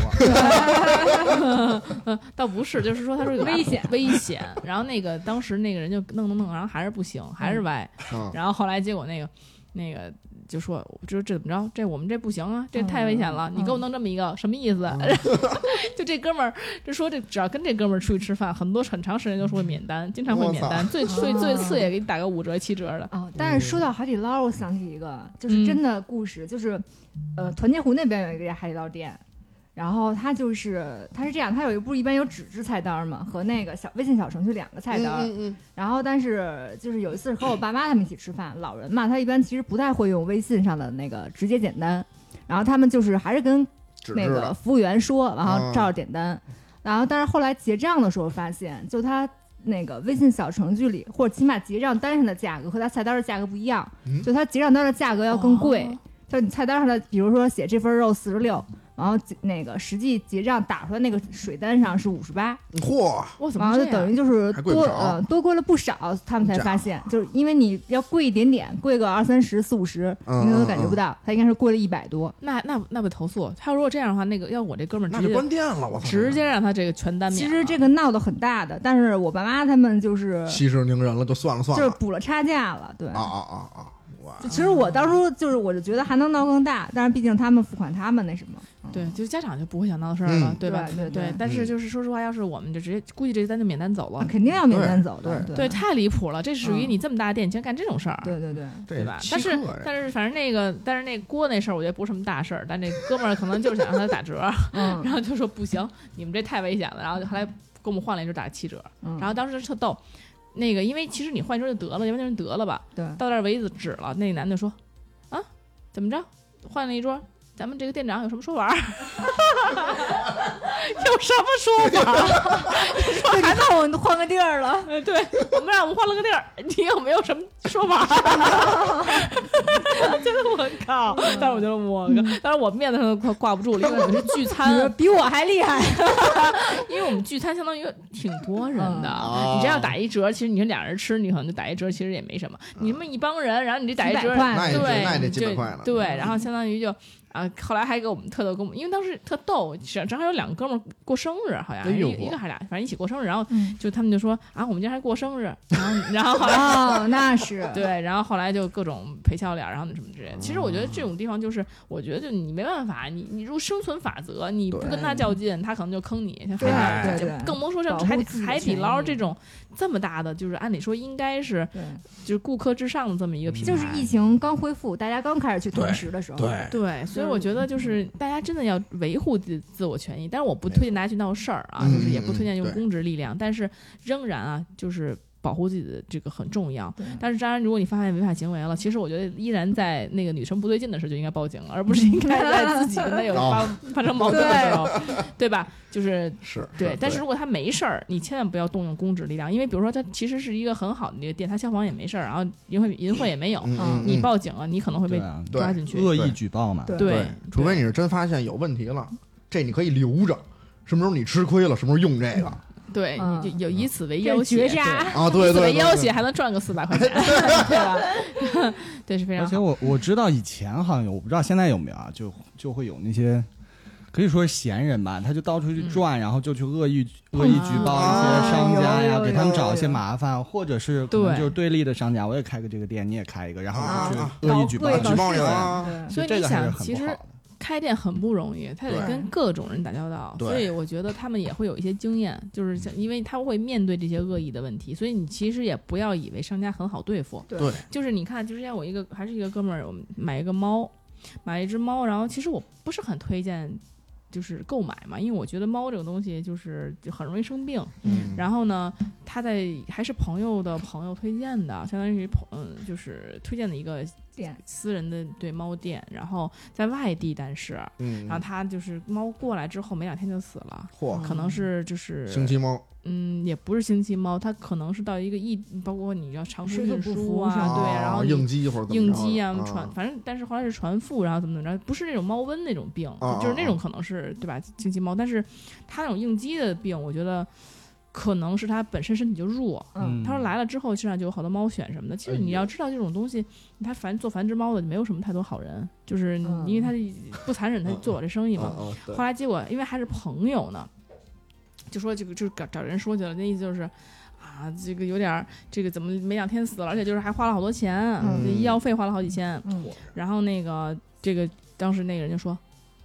S5: 嗯，倒不是，就是说他说有
S6: 危险
S5: 危险。然后那个当时那个人就弄弄弄，然后还是不行，还是歪。
S3: 嗯
S5: 然后后来结果那个那个就说，就这怎么着？这我们这不行啊，这太危险了！
S6: 嗯
S5: 你给我弄这么一个，什么意思？ 就这哥们儿，就说这只要跟这哥们儿出去吃饭，很多很长时间都是会免单，经常会免单，最最最次也给你打个五折七折的。
S6: 哦，但
S1: 嗯
S6: 是说到海底捞，我想起一个，就是真的故事，就是，呃，团结湖那边有一个海底捞店，然后它就是它是这样，它有一不是一般有纸质菜单儿嘛，和那个小微信小程序两个菜单儿，
S1: 嗯嗯
S6: 然后但是就是有一次是和我爸妈他们一起吃饭，老人嘛，他一般其实不太会用微信上的那个直接简单，然后他们就是还是跟
S3: 纸
S6: 那
S3: 质
S6: 个
S3: 的，
S6: 服务员说，然后
S3: 啊
S6: 照着点单。然后，但是后来结账的时候发现，就他那个微信小程序里，或者起码结账单上的价格和他菜单的价格不一样，
S3: 嗯
S6: 就他结账单的价格要更贵。
S5: 哦
S6: 就你菜单上的，比如说写这份肉四十六，然后结那个实际结账打出来那个水单上是五十八，
S3: 嚯，
S5: 我怎
S6: 然
S5: 么
S6: 后
S5: 这
S6: 就
S5: 样
S6: 等于就是
S3: 还贵不
S6: 多
S3: 少
S6: 呃多贵了不少，他们才
S3: 真假
S6: 发现，就是因为你要贵一点点，贵个二三十、四五十，
S3: 嗯
S6: 你可能
S3: 嗯
S6: 感觉
S3: 嗯
S6: 不到，他应该是贵了一百多。
S5: 那那那不投诉？他如果这样的话，那个要我这哥们儿
S3: 那
S5: 直
S3: 就
S5: 接
S3: 关店了，我操！
S5: 直接让他这个全单免
S6: 其
S5: 了。
S6: 实这个闹得很大的，但是我爸妈他们就是
S3: 息事宁人了，就算了算
S6: 就
S3: 了
S6: 是补了差价了，对。
S3: 啊啊啊啊！哇
S6: 就其实我当初就是，我就觉得还能闹更大，但是毕竟他们付款，他们那什么，
S5: 对，就是家长就不会想到的事儿了，
S3: 嗯
S5: 对吧？
S6: 对对对
S5: 但是就是说实话，要是我们就直接估计这单就免单走了，
S6: 啊肯定要免单走的，
S5: 对，
S6: 对
S5: 太离谱了。这属于
S6: 嗯
S5: 你这么大的店，你竟然干这种事儿，
S6: 对对对，
S3: 这
S5: 吧？
S3: 欺
S5: 但是
S3: 客呀
S5: 但是反正那个但是那锅那事儿，我觉得不是什么大事儿，但这哥们儿可能就是想让他打折， 然
S6: 嗯
S5: 后就说不行，你们这太危险了，然后就后来给我们换了一折打七折，
S6: 嗯，
S5: 然后当时特逗。那个，因为其实你换一折就得了，要不然就得了吧。
S6: 对，
S5: 到这儿为止了，那男的说：“啊，怎么着？换了一桌，咱们这个店长有什么说法儿？ 有什么说法儿？
S6: 对， 你看我们都换个地儿了，
S5: 呃 对我们让我们换了个地儿，你有没有什么说法儿？” 真的，我靠！但是我觉得我靠，当然我面子上都快挂不住了，因为我们是聚
S6: 你说
S5: 餐，
S6: 比我还厉 害，
S5: 因为我们聚餐相当于挺多人的。啊
S3: 嗯
S5: 你这要打一折，其实你说俩人吃，你可能就打一折，其实也没什么。
S3: 嗯
S5: 你们一帮人，然后你这打一
S6: 几
S5: 折
S6: 百，块，
S3: 那也就
S5: 对，
S3: 那也得几百
S5: 就
S3: 块了
S5: 对，然后相当于就啊，后来还给我们特逗，给我们，因为当时特逗，正正好有两个哥们儿过生日，好像
S3: 哎
S5: 一
S3: 呦
S5: 个一个还是俩，反正一起过生日，然后
S6: 嗯
S5: 就他们就说啊，我们今天还过生日， 然后然后后来。
S6: 哦，那是，
S5: 对，然后后来就各种陪笑脸，然后什么之
S3: 哦
S5: 类的。其实我觉得这种地方就是，我觉得就你没办法，你你如生存法则，你不
S3: 对
S5: 跟他较劲，他可能就坑你。像
S6: 对
S5: 海底
S3: 哎
S6: 对
S5: 就
S6: 对
S5: 更甭说像
S6: 保护
S5: 海
S6: 自己
S5: 底
S6: 的
S5: 海底
S6: 权
S5: 捞
S6: 益
S5: 这种这么大的，就是按理说应该是
S6: 对，
S5: 就是顾客至上的这么一
S3: 嗯
S5: 个品牌，
S6: 就是疫情刚恢复，大家刚开始去堂食的时候，
S3: 对，
S5: 对，所以我觉得就是
S6: 嗯
S5: 大家真的要维护自自我权益，但是我不推荐大家去闹事儿啊，
S3: 嗯
S5: 就是也不推荐用
S3: 嗯嗯对
S5: 公职力量，但是仍然啊，就是保护自己的这个很重要
S6: 对。
S5: 但是当然，如果你发现违法行为了，其实我觉得依然在那个女生不对劲的时候就应该报警了，而不是应该在 自己跟她
S3: 啊
S5: 有
S3: 哦
S5: 发发生矛盾的时候，对吧？就是
S3: 是
S5: 对，但是如果他没事儿，你千万不要动用公职力量，因为比如说他其实是一个很好的一个店，他消防也没事儿，然后淫秽淫秽也没有，
S3: 嗯嗯
S5: 你
S3: 嗯
S5: 报警了，你可能会
S4: 对
S5: 被
S4: 啊，
S3: 对
S5: 抓进去。
S4: 恶意举报嘛，
S6: 对
S5: 对
S3: 对，除非你是真发现有问题了，这你可以留着，什么时候你吃亏了，什么时候用这个
S5: 对，
S6: 嗯
S5: 你就有以此为
S6: 这
S5: 要
S6: 是
S5: 挟，
S6: 绝杀，
S3: 啊？
S5: 对
S3: 对对，
S5: 以此为
S3: 对
S5: 嗯要挟，还能赚个四百块钱，
S6: 对吧？
S5: 对，是啊非
S4: 而
S5: 常
S4: 且
S5: 好。
S4: 我我知道以前好像有，我不知道现在有没有啊，就就会有那些。可以说是闲人吧，他就到处去
S5: 嗯
S4: 转，然后就去恶意恶意举报一些商家呀，
S6: 啊有有
S4: 给他们
S6: 有
S4: 找一些
S6: 有
S4: 麻烦，或者是可能
S5: 对
S4: 就是对立的商家，我也开个这个店，你也开一个，然后
S3: 啊啊
S4: 就去恶意举报
S6: 搞
S4: 你，
S6: 贵搞
S3: 举报
S6: 事
S3: 你
S6: 儿
S3: 啊
S6: 对
S5: 所以
S4: 这
S5: 你
S4: 个还是
S5: 想，
S4: 很
S5: 其
S4: 不
S5: 实
S4: 好的。
S5: 开店很不容易，他得
S3: 对
S5: 跟各种人打交道，
S3: 对嗯
S5: 所以我觉得他们也会有一些经验，就是像因为他会面对这些恶意的问题，所以你其实也不要以为商家很好对付。
S3: 对，
S5: 就是你看，就是像我一个还是一个哥们儿，我们买一个猫，买一只猫，然后其实我不是很推荐。就是购买嘛，因为我觉得猫这个东西就是就很容易生病，
S3: 嗯
S5: 然后呢，他在还是朋友的朋友推荐的，相当于朋嗯，就是推荐的一个
S6: 店
S5: 私人的对猫店，然后在外地，但是
S3: 嗯
S5: 然后他就是猫过来之后没两天就死了，
S3: 嚯，
S5: 可能是就是
S3: 哦星期猫
S5: 嗯，也不是星期猫，它可能是到一个异，包括你要长途
S6: 水土
S5: 运
S6: 不
S5: 输
S6: 服
S5: 啊，
S6: 是吧
S5: 对，
S3: 啊
S5: 然后你
S3: 应激或者怎么
S5: 应
S3: 着的嗯
S5: 激啊，传，反正但是后来是传腹，然后怎么怎么着，不是那种猫瘟那种病，
S3: 啊
S5: 就是
S3: 啊
S5: 那种可能是对吧，经期猫，但是它那种应激的病，我觉得可能是它本身身体就弱。
S6: 嗯，
S5: 他说来了之后，身上就有好多猫癣什么的。
S3: 哎
S5: 其实你要知道这种东西，它繁做繁殖猫的没有什么太多好人，就是
S6: 嗯
S5: 你因为他不残忍，他做我这生意嘛。
S3: 嗯嗯对
S5: 后来结果因为还是朋友呢，就说这个就是找找人说去了，那意思就是。啊，啊，这个有点儿这个怎么没两天死了，而且就是还花了好多钱，啊
S6: 嗯
S5: 这医药费花了好几千。
S6: 嗯
S5: 然后那个这个当时那个人就说，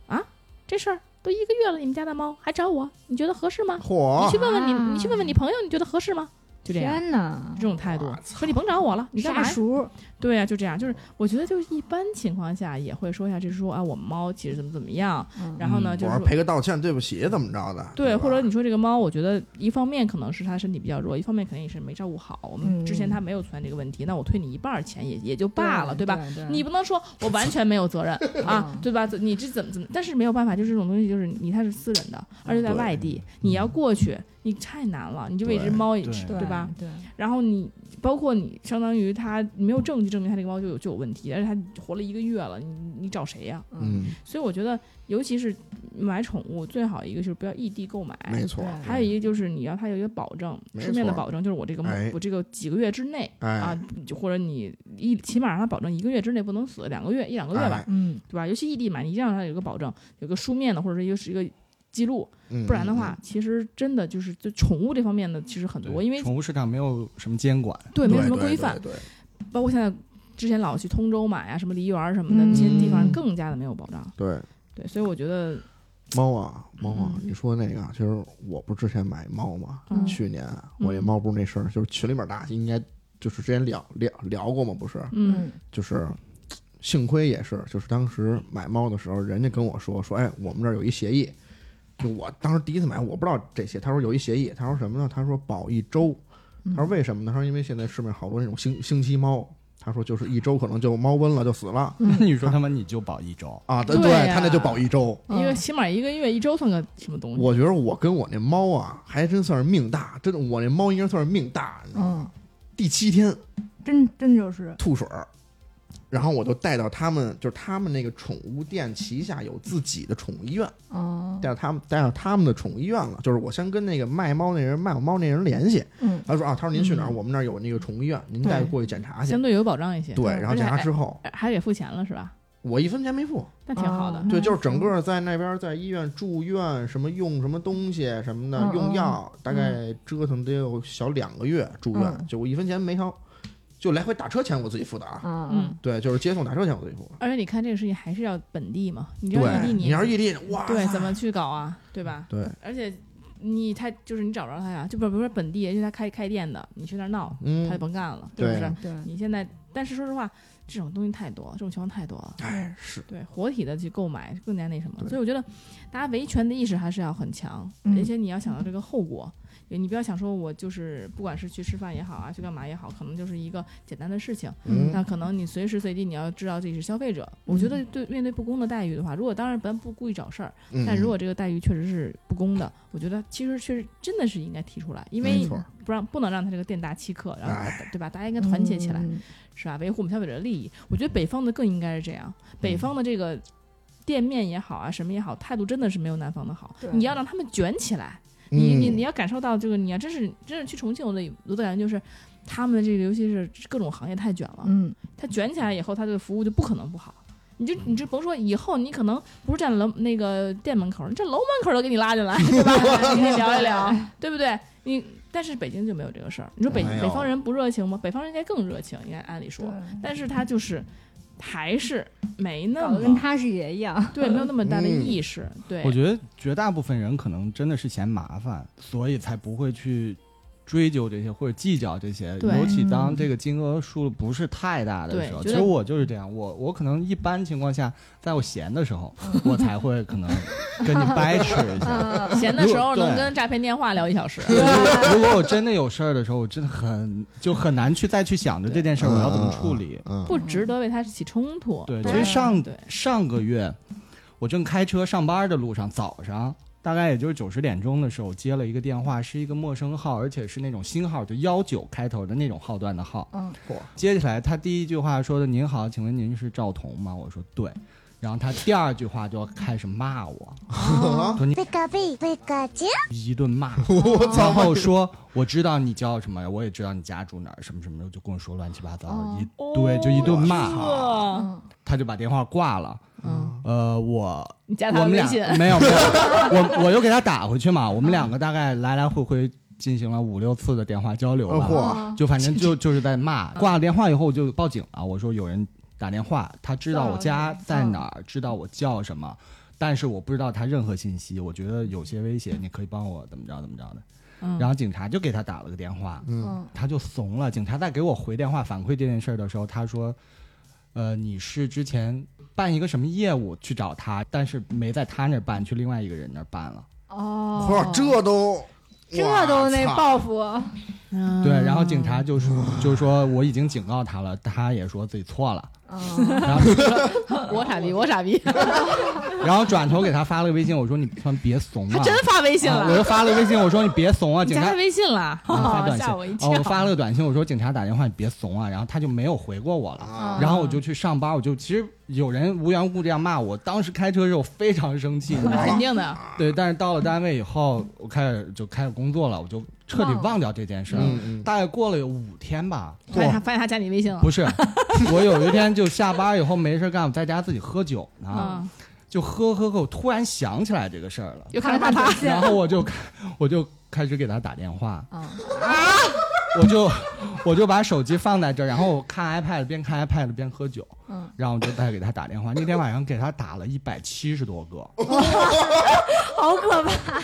S5: 啊，这事儿都一个月了，你们家的猫还找我，你觉得合适吗？你
S3: 嚯，
S5: 去问问你，
S6: 啊
S5: 你去问问你朋友，你觉得合适吗？就这样，
S6: 天哪
S5: 这，种态度，说你甭找我了，你干嘛
S6: 杀
S5: 呀？
S6: 熟，
S5: 对啊呀、就这样，就是我觉得就是一般情况下也会说一下，就是说啊，我们猫其实怎么怎么样，
S6: 嗯
S5: 然后呢，
S4: 嗯
S5: 就
S3: 我
S5: 是
S3: 要
S5: 说
S3: 赔个道歉，对不起，怎么着的？
S5: 对，
S3: 吧
S5: 或者你说这个猫，我觉得一方面可能是它身体比较弱，一方面肯定也是没照顾好。我们
S6: 嗯
S5: 之前它没有出现这个问题，那我退你一半儿钱也也就罢了，对吧？？你不能说我完全没有责任 啊
S6: 嗯，
S5: 对吧？你这怎么怎么？但是没有办法，就是这种东西，就是你它是私人的，而且在
S3: 对
S5: 外地，你要过去，你太难了，你就为一只
S3: 对
S5: 猫，也
S4: 对
S5: 是
S6: 对
S5: 对吧？？
S6: 对，
S5: 然后你包括你，相当于它你没有证据证明它这个猫就有就有问题，而且它活了一个月了，你你找谁呀、
S6: 嗯，
S3: 嗯，
S5: 所以我觉得，尤其是买宠物，最好一个就是不要异地购买，
S3: 没错，
S6: 对
S5: 嗯哎还有一个就是你要它有一个保证，
S3: 没
S5: 书面的
S3: 错
S5: 保证，就是我这个猫
S3: 哎
S5: 我这个几个月之内、
S3: 哎
S5: 啊，就或者你一起码让它保证一个月之内不能死，两个月一两个月吧，
S3: 哎
S6: 嗯，
S5: 对吧？尤其异地买，你一定要让它有一个保证，有个书面的或者是一个是一个记录，
S3: 嗯
S5: 不然的话，其实真的就是就宠物这方面的其实很
S4: 对
S5: 多，因为
S4: 宠物市场没有什么监管，
S5: 对
S3: 嗯
S5: 没有什么
S3: 对对
S5: 规范，
S3: 对对
S5: 包括现在之前老去通州买啊，什么梨园儿什么的，那些地方
S3: 嗯
S5: 更加的没有保障。
S3: 对，
S5: 对，所以我觉得，
S3: 猫啊，猫啊，
S5: 嗯
S3: 你说那个，其实我不之前买猫吗？
S5: 嗯
S3: 去年我这
S5: 嗯
S3: 猫不是那事儿，就是群里面大家应该就是之前聊聊聊过嘛，不是？
S5: 嗯
S3: 就是幸亏也是，就是当时买猫的时候，人家跟我说说，哎，我们这儿有一协议，就我当时第一次买，我不知道这些，他说有一协议，他说什么呢？他说保一周，
S5: 嗯
S3: 他说为什么呢？他说因为现在市面好多那种星星期猫，他说就是一周可能就猫瘟了就死了
S5: 嗯
S4: 那你说他们你就保一周，
S3: 啊，对
S5: 对呀
S3: 他那就保一周。
S6: 嗯
S5: 一个起码一个月一周算个什么东西？
S3: 我觉得我跟我那猫啊，还真算是命大，真的，我那猫应该算是命大，你知道吗？
S6: 嗯，
S3: 第七天
S6: 真真就是，
S3: 吐水儿，然后我就带到他们，就是他们那个宠物店旗下有自己的宠物医院，
S6: 嗯
S3: 带到他们带到他们的宠物医院了。就是我先跟那个卖猫那人卖我猫那人联系，
S6: 嗯
S3: 他说啊，他说您去哪儿？
S5: 嗯
S3: 我们那儿有那个宠物医院，您带过去检查去
S5: 相。对有保障一些，
S3: 对，然后检查之后，
S5: 哎还得付钱了是吧？
S3: 我一分钱没付。
S5: 那挺好的
S6: 哦。
S3: 对，就是
S6: 嗯
S3: 整个在那边在医院住院，什么用什么东西什么的
S6: 嗯，
S3: 用
S6: 嗯
S3: 药大概折腾得有小两个月住院
S6: 嗯，
S3: 就我一分钱没掏，就来回打车钱我自己付的啊。
S6: 嗯，
S3: 对，就是接送打车钱我自己付。
S5: 而且你看这个事情还是要本地嘛，你这样
S3: 对，
S5: 异地
S3: 你要是异地，哇，
S5: 对怎么去搞啊？对吧？
S3: 对，
S5: 而且你太就是你找不着他呀，就不不是本地，就他开开店的，你去那儿闹，
S3: 嗯
S5: 他就，甭干了，
S3: 对
S5: 不是？
S6: 对，
S5: 你现在，但是说实话，这种东西太多，这种情况太多了。
S3: 哎，是，
S5: 对活体的去购买更加那什么，
S3: 对
S5: 所以我觉得大家维权的意识还是要很强，
S6: 嗯
S5: 而且你要想到这个后果，也你不要想说我就是不管是去吃饭也好啊，去干嘛也好，可能就是一个简单的事情，
S3: 嗯
S5: 那可能你随时随地你要知道自己是消费者。我觉得对面对不公的待遇的话，如果当然咱不故意找事儿，
S3: 嗯
S5: 但如果这个待遇确实是不公的，我觉得其实确实真的是应该提出来，因
S3: 没
S5: 为
S3: 错，
S5: 不让不能让他这个店大欺客，然
S3: 嗯
S5: 后
S3: 哎
S5: 对吧？大家应该团结起来。
S6: 嗯
S5: 是吧？维护我们消费者的利益。我觉得北方的更应该是这样，
S3: 嗯
S5: 北方的这个店面也好啊，什么也好，态度真的是没有南方的好
S6: 对。
S5: 你要让他们卷起来，你你
S3: 嗯
S5: 你要感受到这个，你要真是真是去重庆，我的我的感觉就是。他们的这个，尤其是各种行业太卷了，
S6: 嗯，
S5: 它卷起来以后，它这个服务就不可能不好。你
S4: 嗯
S5: 就你就甭说以后，你可能不是站楼那个店门口，你站楼门口都给你拉进来，对 吧？你跟你聊一聊，对不对？你但是北京就没有这个事儿。你说北
S4: 哎
S3: 没有
S5: 北方人不热情吗？北方人应该更热情，应该按理啊说，但是他就是还是没那
S6: 搞得跟
S5: 么
S6: 他是爷一样，
S5: 对，没有那么大的
S3: 嗯
S5: 意识。对，
S4: 我觉得绝大部分人可能真的是嫌麻烦，所以才不会去追究这些或者计较这些。
S5: 对
S4: 尤其当这个金额数不是太大的时候，其
S5: 对觉
S4: 实
S5: 得
S4: 我就是这样，我我可能一般情况下，在我闲的时 候，我才会可能跟你掰扯一下。
S6: 嗯
S5: 闲的时候
S4: 如果
S5: 能
S4: 对
S5: 跟诈骗电话聊一小时。
S4: 如果如果我真的有事儿的时候，我真的很就很难去再去想着这件事儿我要怎么处理。
S3: 嗯，
S5: 不值得为他起冲突。
S4: 对，其
S5: 但
S4: 实
S5: 是
S4: 上
S5: 对
S4: 上个月，我正开车上班的路上，早上大概也就是九十点钟的时候，接了一个电话，是一个陌生号，而且是那种新号，就幺九开头的那种号段的号。
S6: 嗯，
S4: 接起来，他第一句话说的：“您好，请问您是赵彤吗？”我说：“对。”然后他第二句话就要开始骂我，说你
S1: Pika pi, pika chu.
S4: 一顿骂，
S3: 我
S4: 然
S3: 操，
S4: 后说我知道你叫什么，我也知道你家住哪儿，什么什么，就跟我说乱七八糟
S6: 哦
S4: 一堆，就一顿骂，
S5: 哦
S6: 嗯
S4: 他就把电话挂了。
S5: 嗯，
S4: 呃，我
S5: 你加
S4: 我
S5: 他
S4: 们
S5: 微
S4: 俩
S5: 信。
S4: 没有没有，我我又给他打回去嘛，我们两个大概来来回回进行了五六次的电话交流吧，
S3: 嚯
S6: 哦
S4: 就反正就就是在骂。挂了电话以后我就报警了，我说有人打电话，他知道我家在哪儿，知道我叫什么，但是我不知道他任何信息，我觉得有些危险，你可以帮我怎么着怎么着的。
S5: 嗯，
S4: 然后警察就给他打了个电话，
S3: 嗯，
S6: 嗯
S4: 他就怂了。警察在给我回电话反馈这件事儿的时候，他说：“呃，你是之前办一个什么业务去找他，但是没在他那儿办，去另外一个人那儿办了。
S6: 哦，
S3: 嚯，这都
S6: 这都那
S3: 哇操
S6: 报复，
S5: 嗯
S4: 对，然后警察就说就说我已经警告他了，他也说自己错了。
S5: 啊
S6: 嗯
S4: 然后
S5: 我傻逼，我傻 逼，
S4: 然后转头给他发了个微信，我说你他妈别怂
S5: 他
S4: 啊！
S5: 真发微信
S4: 啊我
S5: 了，
S4: 又发了微信，我说你别怂啊！
S5: 你
S4: 警
S5: 加
S4: 察
S5: 他微信了，
S4: 啊发
S5: 哦
S4: 短信，
S5: 吓我一跳
S4: 哦，我发了个短信，我说警察打电话，你别怂啊！然后他就没有回过我了。
S5: 嗯
S3: 啊，
S4: 然后我就去上班，我就其实有人无缘无故这样骂我，当时开车的时候非常生 气，你知道吗
S5: 肯定的，
S4: 对，但是到了单位以后，我开始就开始工作了，我就彻底忘掉这件事儿。
S3: 嗯嗯
S4: 大概过了有五天吧，
S5: 发现他发现他加你微信了，
S4: 不 是，我有一天就下班以后没事干，我在家自己喝酒呢，
S5: 嗯，
S4: 就喝喝喝，我突然想起来这个事 儿了，
S5: 又
S6: 看
S5: 看
S6: 了
S5: 了
S6: 看
S5: 他
S6: 短，信，
S4: 然后我就开我就开始给他打电话，
S6: 嗯
S4: 我就我就把手机放在这儿，然后我看 iPad，边看 iPad 边喝酒，
S6: 嗯，
S4: 然后我就再给他打电话。那天晚上给他打了一百七十多个，
S6: 好可怕！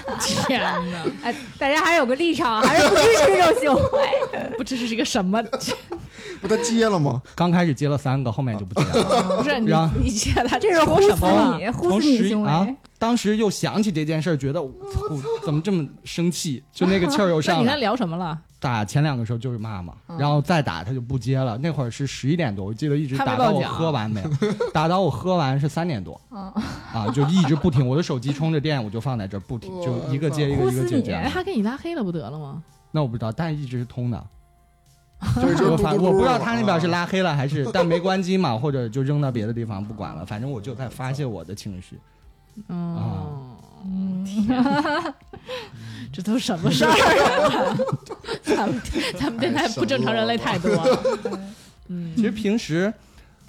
S5: 天哪，
S6: 哎，大家还有个立场，还是不支持这种行为。
S5: 不知这是一个什么，
S3: 不他接了吗？
S4: 刚开始接了三个，后面就不接 了。
S5: 不是你
S4: 然后
S5: 你接他
S6: 这是
S5: 说
S6: 忽
S5: 什
S6: 视
S5: 么了？
S6: 你，忽
S4: 同
S6: 视你
S4: 时
S6: 行为。
S4: 啊，当时又想起这件事儿，觉得我操，怎么这么生气？就那个气儿又
S5: 那
S4: 上
S5: 你跟他
S4: 来。
S5: 聊什么了？
S4: 打前两个时候就是骂嘛，
S6: 嗯
S4: 然后再打他就不接了。那会儿是十一点多，我记得一直
S5: 他没
S4: 打到
S5: 报
S4: 我
S5: 警啊
S4: 喝完没有， 打到我喝完是三点多
S6: 嗯，
S4: 啊，就一直不停。我的手机充着电，我就放在这儿不停，
S3: 我
S4: 就一个接一个
S6: 操
S4: 一个接
S6: 呼死
S4: 这样
S6: 你
S5: 哎，。他给你拉黑了不得了吗？
S4: 那我不知道，但一直是通的。
S3: 就是
S4: 我
S3: 嘟嘟
S4: 反
S3: 嘟
S4: 我不知道他那边是拉黑了还 是，但没关机嘛，或者就扔到别的地方不管了。反正我就在发泄我的情绪。
S5: 嗯
S4: 啊，
S6: 嗯，
S5: 这都什么事儿啊？ 咱们咱们电台不正常人类太多了。嗯
S4: 其，实平时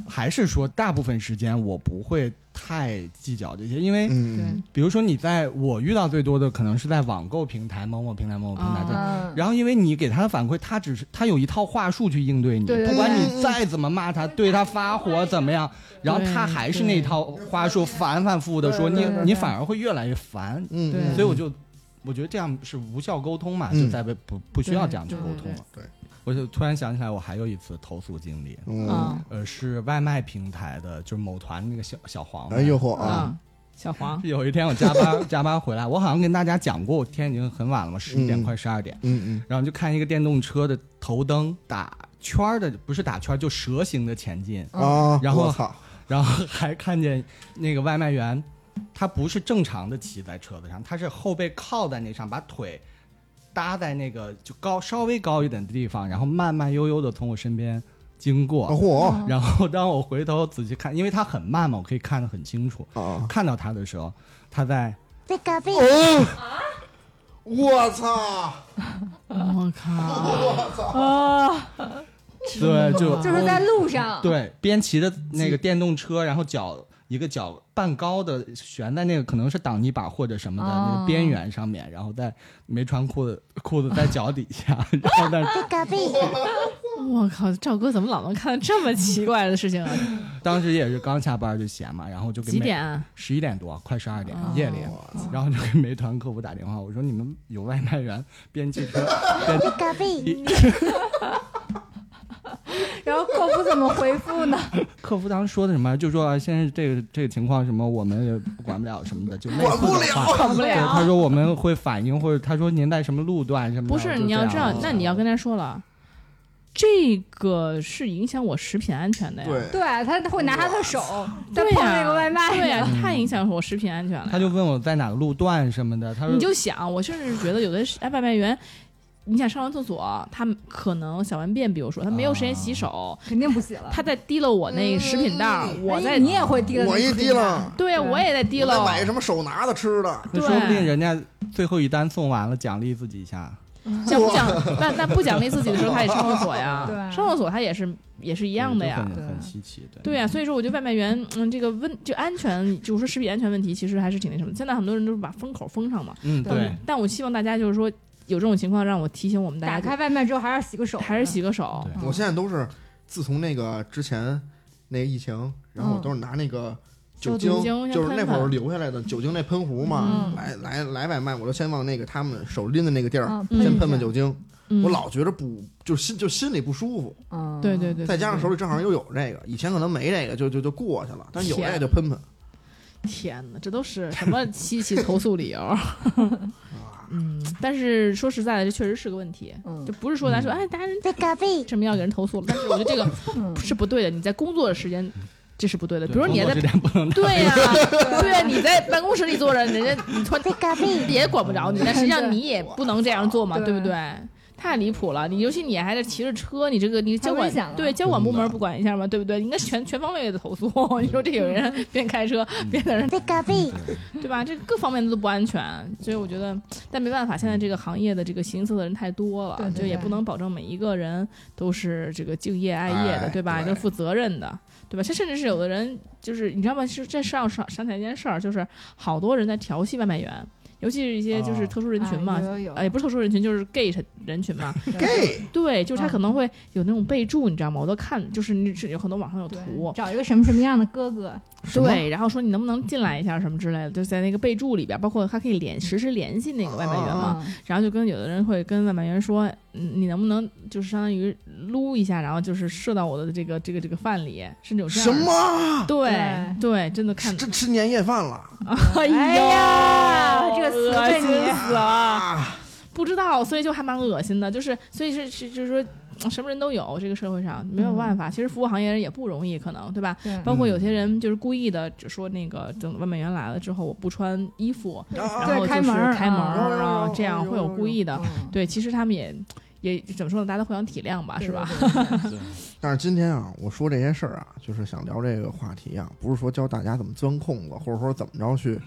S4: 还是说，大部分时间我不会太计较这些，因为
S3: 嗯，
S4: 比如说你在我遇到最多的可能是在网购平台、某某平台、某某平台
S5: 啊
S4: 这。
S6: 嗯
S4: 然后，因为你给他的反馈，他只是他有一套话术去应对你，
S6: 对对
S4: 不管
S3: 对
S4: 你再怎么骂他，对他发火怎么样，然后他还是那套话术，反反复复的说，
S3: 对
S4: 你
S6: 对对
S4: 你
S6: 对
S4: 反而会越来越烦。
S3: 嗯，
S5: 对
S3: 嗯
S4: 所以我就我觉得这样是无效沟通嘛，
S3: 嗯
S4: 就在不不不需要这样去沟通了。
S3: 对对对对，
S4: 我就突然想起来，我还有一次投诉经历，
S3: 嗯，
S5: 啊
S4: 呃，是外卖平台的，就是某团那个小小黄嘛。
S3: 哎呦嚯啊，
S5: 啊，小黄
S4: 是有一天我加班加班回来，我好像跟大家讲过，天已经很晚了嘛，十一点
S3: 嗯
S4: 快十二点，
S3: 嗯
S4: 然后就看一个电动车的头灯打圈儿的，不是打圈儿，就蛇形的前进，
S3: 嗯啊，
S4: 然后
S3: 我操，
S4: 然后还看见那个外卖员，他不是正常的骑在车子上，他是后背靠在那上，把腿搭在那个就高稍微高一点的地方，然后慢慢悠悠的从我身边经过。
S3: 啊嚯
S4: 然后当我回头仔细看，因为他很慢嘛，我可以看得很清楚。
S3: 啊，
S4: 看到他的时候，他在
S3: 哦，我操，
S5: 我靠，
S6: 啊，
S4: 对就
S6: 就是在路上，
S4: 对边骑着那个电动车，然后脚一个脚半高的悬在那个可能是挡泥板或者什么的
S6: 哦
S4: 那个边缘上面，然后在没穿裤子裤子在脚底 下，然后但是
S5: 我靠，赵哥怎么老能看到这么奇怪的事情啊？
S4: 当时也是刚下班就闲嘛，然后就给
S5: 几点啊？
S4: 十一点多，快十二点、
S5: 哦
S4: 夜里，然后就给美团客服打电话，我说你们有外卖员边骑车边
S6: 然后客服怎么回复呢？
S4: 客服当时说的什么，就说啊，现在这个这个情况什么，我们也管不了什么的，就类似
S3: 管不
S4: 的话。
S5: 管不
S4: 对，他说我们会反映，或者他说您在什么路段什么的。
S5: 不是，
S4: 就
S5: 你要
S4: 这
S5: 知
S4: 样
S5: 道，那你要跟他说了，这个是影响我食品安全的呀。
S3: 对，
S6: 对他会拿他的手在
S5: 对
S6: 碰
S5: 呀、
S6: 那个外卖，
S5: 对呀、嗯太影响我食品安全了呀。
S4: 他就问我在哪个路段什么的，他说
S5: 你就想，我甚至觉得有的是哎外卖员，你想上完厕所，他可能小完便，比如说他没有时间洗手，
S6: 肯定不洗了。
S5: 他在提溜我那食品袋儿，我
S6: 哎
S5: 在
S6: 你也会提了，
S3: 我一滴了，
S5: 对
S6: 对
S5: 呀，我也在提
S3: 我再
S5: 溜。
S3: 买什么手拿的吃的，
S4: 那说不定人家最后一单送完了，奖励自己一下。
S5: 奖不奖？那那不奖励自己的时候，他也上厕所呀。
S6: 对啊
S5: 上厕所他也是也是一
S4: 一
S5: 样的呀。
S4: 很很
S6: 对
S4: 稀奇，对。
S5: 对啊呀、所以说我觉得外卖员，嗯，这个问就安全，就是说食品安全问题，其实还是挺那什么的。现在很多人都是把风口封上嘛，
S4: 嗯，
S6: 对
S4: 对，
S5: 但我希望大家就是说，有这种情况让我提醒我们大
S6: 打
S5: 家，
S6: 开外卖之后还是洗个手，
S5: 还是。洗个手。
S4: 对
S6: 嗯
S3: 我现在都是自从那个之前那个疫情，然后我都是拿那个酒精，
S5: 消毒精
S3: 就是那会
S5: 先喷
S3: 儿
S5: 喷
S3: 留下来的酒精那喷壶嘛，
S6: 嗯
S3: 来来来外卖，我就先往那个他们手拎的那个地儿、
S6: 嗯，
S5: 嗯
S3: 啊先喷
S6: 一
S3: 喷
S6: 下
S3: 酒，精，
S5: 嗯
S3: 我老觉着不就心就心里不舒服，
S6: 嗯，
S5: 对对对，
S3: 再加上
S5: 对
S3: 手里正好又有这个，以前可能没这个就就就过去了，但有这
S5: 天
S3: 个就喷喷
S5: 天哪，这都是什么稀奇投诉理 由？
S3: 啊，
S5: 嗯，但是说实在的，这确实是个问题。
S6: 嗯
S5: 就不是说咱说，
S4: 嗯
S5: 哎，大家人在隔壁，什么要给人投诉了？但是我觉得这 个
S6: 嗯，
S5: 是不对的，你在工作的时间这是不对的。比如你
S4: 工
S5: 还
S4: 作这
S5: 在
S4: 点不能
S5: 对呀、 对呀、你在办公室里坐着，人家你穿也管不着你，但实际上你也不能这样做嘛，
S6: 对
S5: 对不对？太离谱了！你尤其你还在骑着车，你这个你交
S6: 太
S5: 管
S6: 危险了
S5: 对交管部
S3: 真
S5: 门
S3: 的
S5: 不管一下吗？对不对？应该全全方位的投诉。 你说这有人
S6: 嗯
S5: 边开车
S3: 嗯
S5: 边在那在咖啡， 对吧？这各方面都不安全，所以我觉得，但没办法，现在这个行业的这个形色的人太多了，
S6: 对对
S5: 就也
S6: 对
S5: 不能保证每一个人都是这个敬业爱业的，
S3: 哎
S5: 对吧？
S3: 对
S5: 要负责任的，对吧？这甚至是有的人就是你知道吗？是这上上想起来一件事儿，就是好多人在调戏外卖员，尤其是一些就是
S4: 哦
S5: 特殊人群
S6: 啊
S5: 嘛，
S6: 有有有
S5: 呃，也不是特殊人群，就是 gay 人群 嘛。
S6: 对
S3: gay
S5: 对，就是他
S6: 嗯
S5: 可能会有那种备注，你知道吗？我都看，就是你是有很多网上有
S6: 对
S5: 图，
S6: 找一个什么什么样的哥哥，
S3: 什么
S5: 对，然后说你能不能进来一下什么之类的，就在那个备注里边，包括还可以联实时联系那个外卖员
S3: 哦
S5: 嘛。
S6: 嗯
S5: 然后就跟有的人会跟外卖员说，嗯你能不能就是相当于撸一下，然后就是射到我的这个这个这个饭里，甚至有这样
S3: 什
S5: 的。
S3: 么
S5: 对对，真的看
S3: 这吃年夜饭了
S5: 哎
S6: 呀
S5: 呦
S6: 这个词
S5: 恶
S6: 对
S5: 心
S6: 你
S5: 死了！
S3: 啊，
S5: 不知道，所以就还蛮恶心的，就是所以是是就是说。嗯什么人都有，这个社会上没有
S6: 嗯
S5: 办法。其实服务行业人也不容易，可能对吧？
S6: 对
S5: 包
S3: 嗯
S5: 括有些人就是故意的，就说那个等外卖员来了之后，我不穿衣服，然
S3: 然
S5: 后就是
S6: 哦开门儿
S5: 开门
S6: 啊
S5: 儿啊，
S3: 有有
S5: 这样
S3: 有
S5: 会有
S3: 有
S5: 故意的。
S6: 嗯
S5: 对，其实他们也也怎么说呢？大家都互相体谅吧，是吧？？
S6: 对对对
S3: 但是今天啊，我说这些事儿啊，就是想聊这个话题啊，不是说教大家怎么钻空子，或者说怎么着去，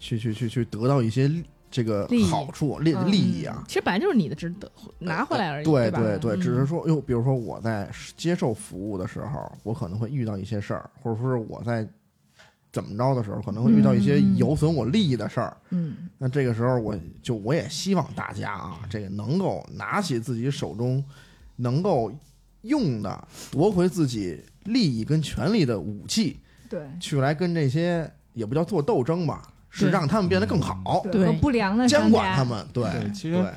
S3: 去去去去得到一些利这个
S5: 利益
S3: 好处利
S6: 嗯
S3: 利益啊。
S5: 其实本来就是你的值得拿回来而已，
S3: 对
S5: 吧？
S3: 对，
S5: 嗯
S3: 只是说，哟，比如说我在接受服务的时候，我可能会遇到一些事儿，或者说是我在怎么着的时候，可能会遇到一些
S6: 嗯嗯
S3: 有损我利益的事儿。
S6: 嗯，
S3: 那这个时候，我就我也希望大家啊，这个能够拿起自己手中能够用的夺回自己利益跟权利的武器，
S6: 对
S3: 去来跟这些也不叫做斗争吧，是
S5: 对
S3: 让他们变得更 好，
S5: 对
S6: 嗯和不良的
S3: 监
S6: 商
S3: 管
S6: 家
S3: 他，们。对
S4: 嗯对其实
S3: 对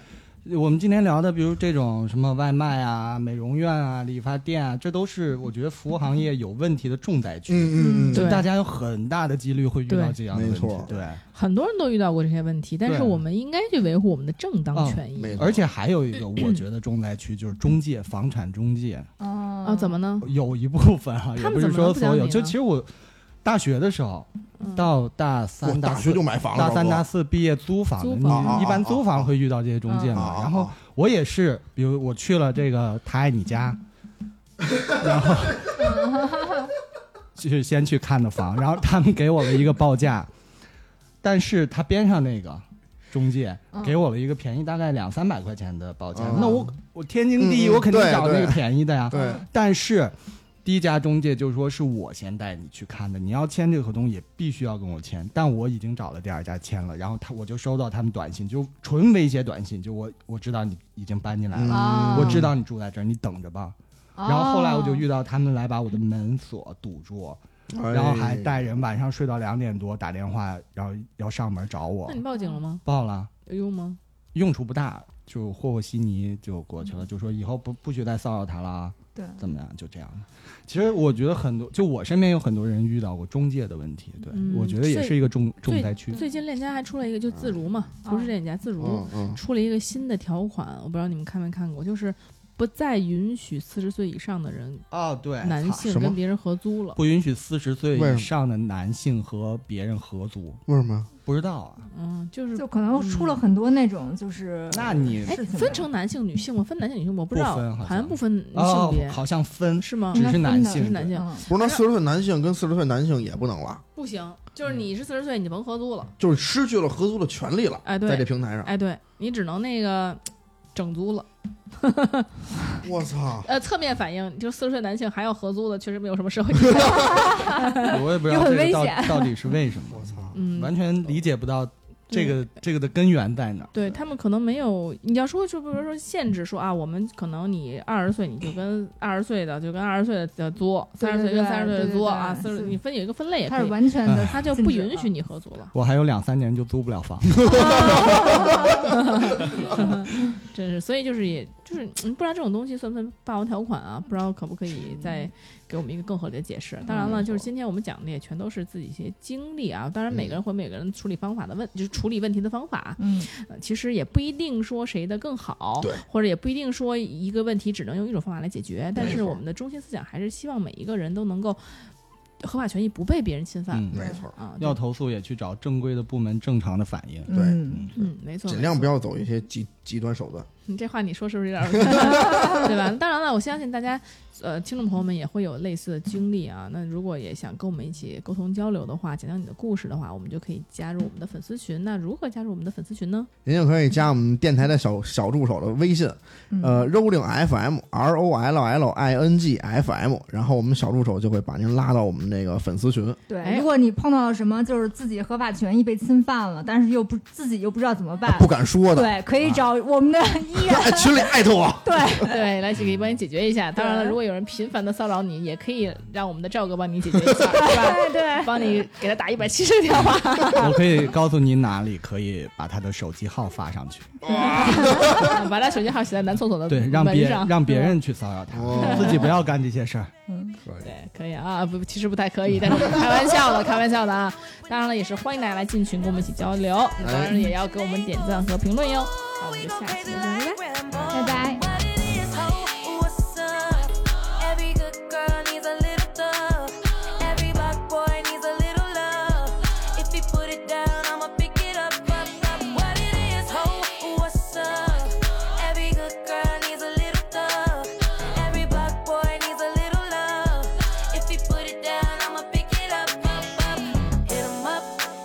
S4: 我们今天聊的，比如这种什么外卖啊、美容院啊、理发店啊，这都是我觉得服务行业有问题的重灾
S3: 嗯
S4: 区。
S3: 嗯嗯，
S5: 对
S4: 大家有很大的几率会遇到
S5: 对
S4: 这样的问题。
S3: 没错
S4: 对，
S5: 很多人都遇到过这些问题，但是
S4: 对
S5: 我们应该去维护我们的正当
S4: 嗯
S5: 权益。
S3: 没错
S4: 而且还有一个，我觉得重灾区就是中介、房产中介，
S5: 啊，
S6: 啊
S5: 怎么呢？
S4: 有一部分啊，也
S5: 他们
S4: 不是
S5: 怎么能
S4: 说
S5: 不
S4: 所
S5: 讲
S4: 有。
S5: 理
S4: 就
S5: 呢
S4: 其实我大学的时候，
S5: 嗯
S4: 到大
S3: 我
S4: 三、大
S3: 大学
S4: 四、
S3: 就买房了，
S4: 大三、
S3: 赵哥
S4: 大四毕业租房
S5: 租
S4: 的，
S5: 房嗯
S4: 你一般租房会遇到这些中介
S3: 啊啊
S4: 嘛？
S3: 啊
S4: 然后我也是，比如我去了这个他爱 你家，然后就是先去看的房，然后他们给我了一个报价，但是他边上那个中介
S6: 嗯
S4: 给我了一个便宜大概两三百块钱的报价，
S3: 嗯
S4: 那我我天经地义，
S3: 嗯嗯
S4: 我肯定
S3: 对
S4: 找那个
S3: 对
S4: 便宜的呀。
S3: 对。
S4: 但是第一家中介就说是我先带你去看的，你要签这个合同也必须要跟我签。但我已经找了第二家签了，然后他我就收到他们短信，就纯威胁短信，就我我知道你已经搬进
S3: 嗯
S4: 来了，
S6: 啊？
S4: 我知道你住在这儿，你等着吧。
S6: 哦。
S4: 然后后来我就遇到他们来把我的门锁堵住，
S3: 哎
S4: 然后还带人晚上睡到两点多打电话，然后要上门找我
S5: 那你，报警了吗？
S4: 报了。
S5: 有用吗？
S4: 用处不大，就和和稀泥就过去了，就说以后不不许再骚扰他了啊，
S6: 对
S4: 怎么样？就这样。其实我觉得很多，就我身边有很多人遇到过中介的问题，对、
S5: 嗯
S4: 我觉得也是一个重重灾区。
S5: 最近链家还出了一个，就自如嘛，
S6: 啊
S5: 不是链家，自如
S3: 嗯嗯，
S5: 出了一个新的条款，我不知道你们看没看过，就是不再允许四十岁以上的人
S4: 哦，对
S5: 男
S4: 操
S5: 性
S3: 什么
S5: 跟别人合租了。
S4: 不允许四十岁
S3: 为什
S4: 以
S3: 么
S4: 上的男性和别人合租，
S3: 为什么？
S4: 不知道啊？
S5: 嗯，就是
S6: 就可能出了很多那种，就是
S4: 那你
S5: 哎，
S6: 事情
S5: 嗯分成男性、女性吗？分男性、女性吗我不知道，
S4: 不分好像
S5: 像不分嗯性
S4: 哦
S5: 别，，
S4: 好像分
S5: 是吗？
S4: 只是
S6: 应该分
S4: 男
S6: 的
S4: 性，
S5: 只是男性
S6: 嗯
S3: 不是，那四十岁男性跟四十岁男性也不能了，
S5: 不行，就是你是四十岁，你就甭合租了。
S3: 就是失去了合租的权利了，
S5: 哎，
S3: 在这
S5: 对，
S3: 平台上，
S5: 哎，对你只能那个整租了。
S3: 我操！
S5: 呃，侧面反映，就四十岁男性还要合租的，确实没有什么社会地位。
S4: 对，我也不知
S6: 又
S4: 道
S6: 很
S4: 这
S6: 危
S4: 个到
S6: 险
S4: 到底是为什么，
S3: 我操！
S5: 嗯，
S4: 完全理解不到这个这个的根源在哪儿？
S5: 对他们可能没有，你要说就比如说限制说啊，我们可能你二十岁你就跟二十岁的就跟二十岁的的作，
S6: 对
S5: 三十
S6: 对
S5: 岁跟
S6: 对
S5: 三十岁的
S6: 对对
S5: 作
S6: 对
S5: 啊，四十
S6: 是
S5: 你分有一个分类也
S6: 它
S5: 可
S6: 是
S5: 以，
S6: 完全的，
S4: 哎
S5: 他就不允许你合租了，
S4: 我还有两三年就租不了房，
S5: 真是，所以就是也就是嗯不知道这种东西算不算霸王条款啊？不知道可不可以再
S4: 嗯
S5: 给我们一个更合理的解释。当然了，就是今天我们讲的也全都是自己一些经历啊，当然每个
S4: 嗯
S5: 人会有每个人处理方法的问，就是处理问题的方法。
S6: 嗯，
S5: 呃其实也不一定说谁的更好，
S3: 对
S5: 或者也不一定说一个问题只能用一种方法来解决。但是我们的中心思想还是希望每一个人都能够合法权益不被别人侵犯、
S4: 嗯，
S3: 没错，
S5: 啊。
S4: 要投诉也去找正规的部门正常的反 映。
S3: 对
S6: 嗯
S5: 嗯，没错，
S3: 尽量
S5: 没
S3: 不
S5: 错
S3: 要走一些极极端手段。
S5: 你这话你说是不是有点儿， 对吧？当然了，我相信大家，呃，听众朋友们也会有类似的经历啊。那如果也想跟我们一起沟通交流的话，讲讲你的故事的话，我们就可以加入我们的粉丝群。那如何加入我们的粉丝 群呢？
S3: 您就可以加我们电台的小小助手的微信，
S6: 嗯
S3: 呃，rolling FM R O L L I N G F M，然后我们小助手就会把您拉到我们那个粉丝群。
S6: 对，
S5: 哎
S6: 如果你碰到什么就是自己合法权益被侵犯了，但是又不自己又不知道怎么办，
S3: 啊不敢说的，
S6: 哎对，可以找我们的医 院。
S3: 在群里艾特我。
S6: 对，
S5: 对，来去给帮你解决一下。当然了，
S6: 对
S5: 如果有人频繁的骚扰你，也可以让我们的赵哥帮你解决一下，是吧？
S6: 对 对，
S5: 帮你给他打一百七十电话。
S4: 我可以告诉你哪里可以把他的手机号发上去，
S5: 把他手机号写在男厕所的
S4: 对，让别
S5: 门上嗯
S4: 让别人去骚扰他，
S3: 哦
S4: 自己不要干这些事儿。
S5: 对，可以啊，不，其实不太可以，但是我们开玩笑的，开玩笑的啊。当然了，也是欢迎大家来进群跟我们一起交流，那当然也要给我们点赞和评论哟。那我们就下期再见，拜拜。
S6: 拜拜。
S1: What it is, ho, what's up? Every good girl needs a little love. Every black boy needs a little love. If you put it down, I'ma pick it up, up, up. What it is, ho, what's up? Every good girl needs a little love. Every black boy needs a little love. If you put it down, I'ma pick it up, up, up. Hit 'em up,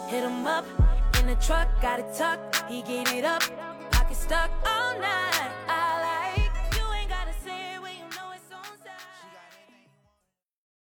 S1: hit 'em up. In the truck, got it tucked, he get it up. Pocket stuck all night.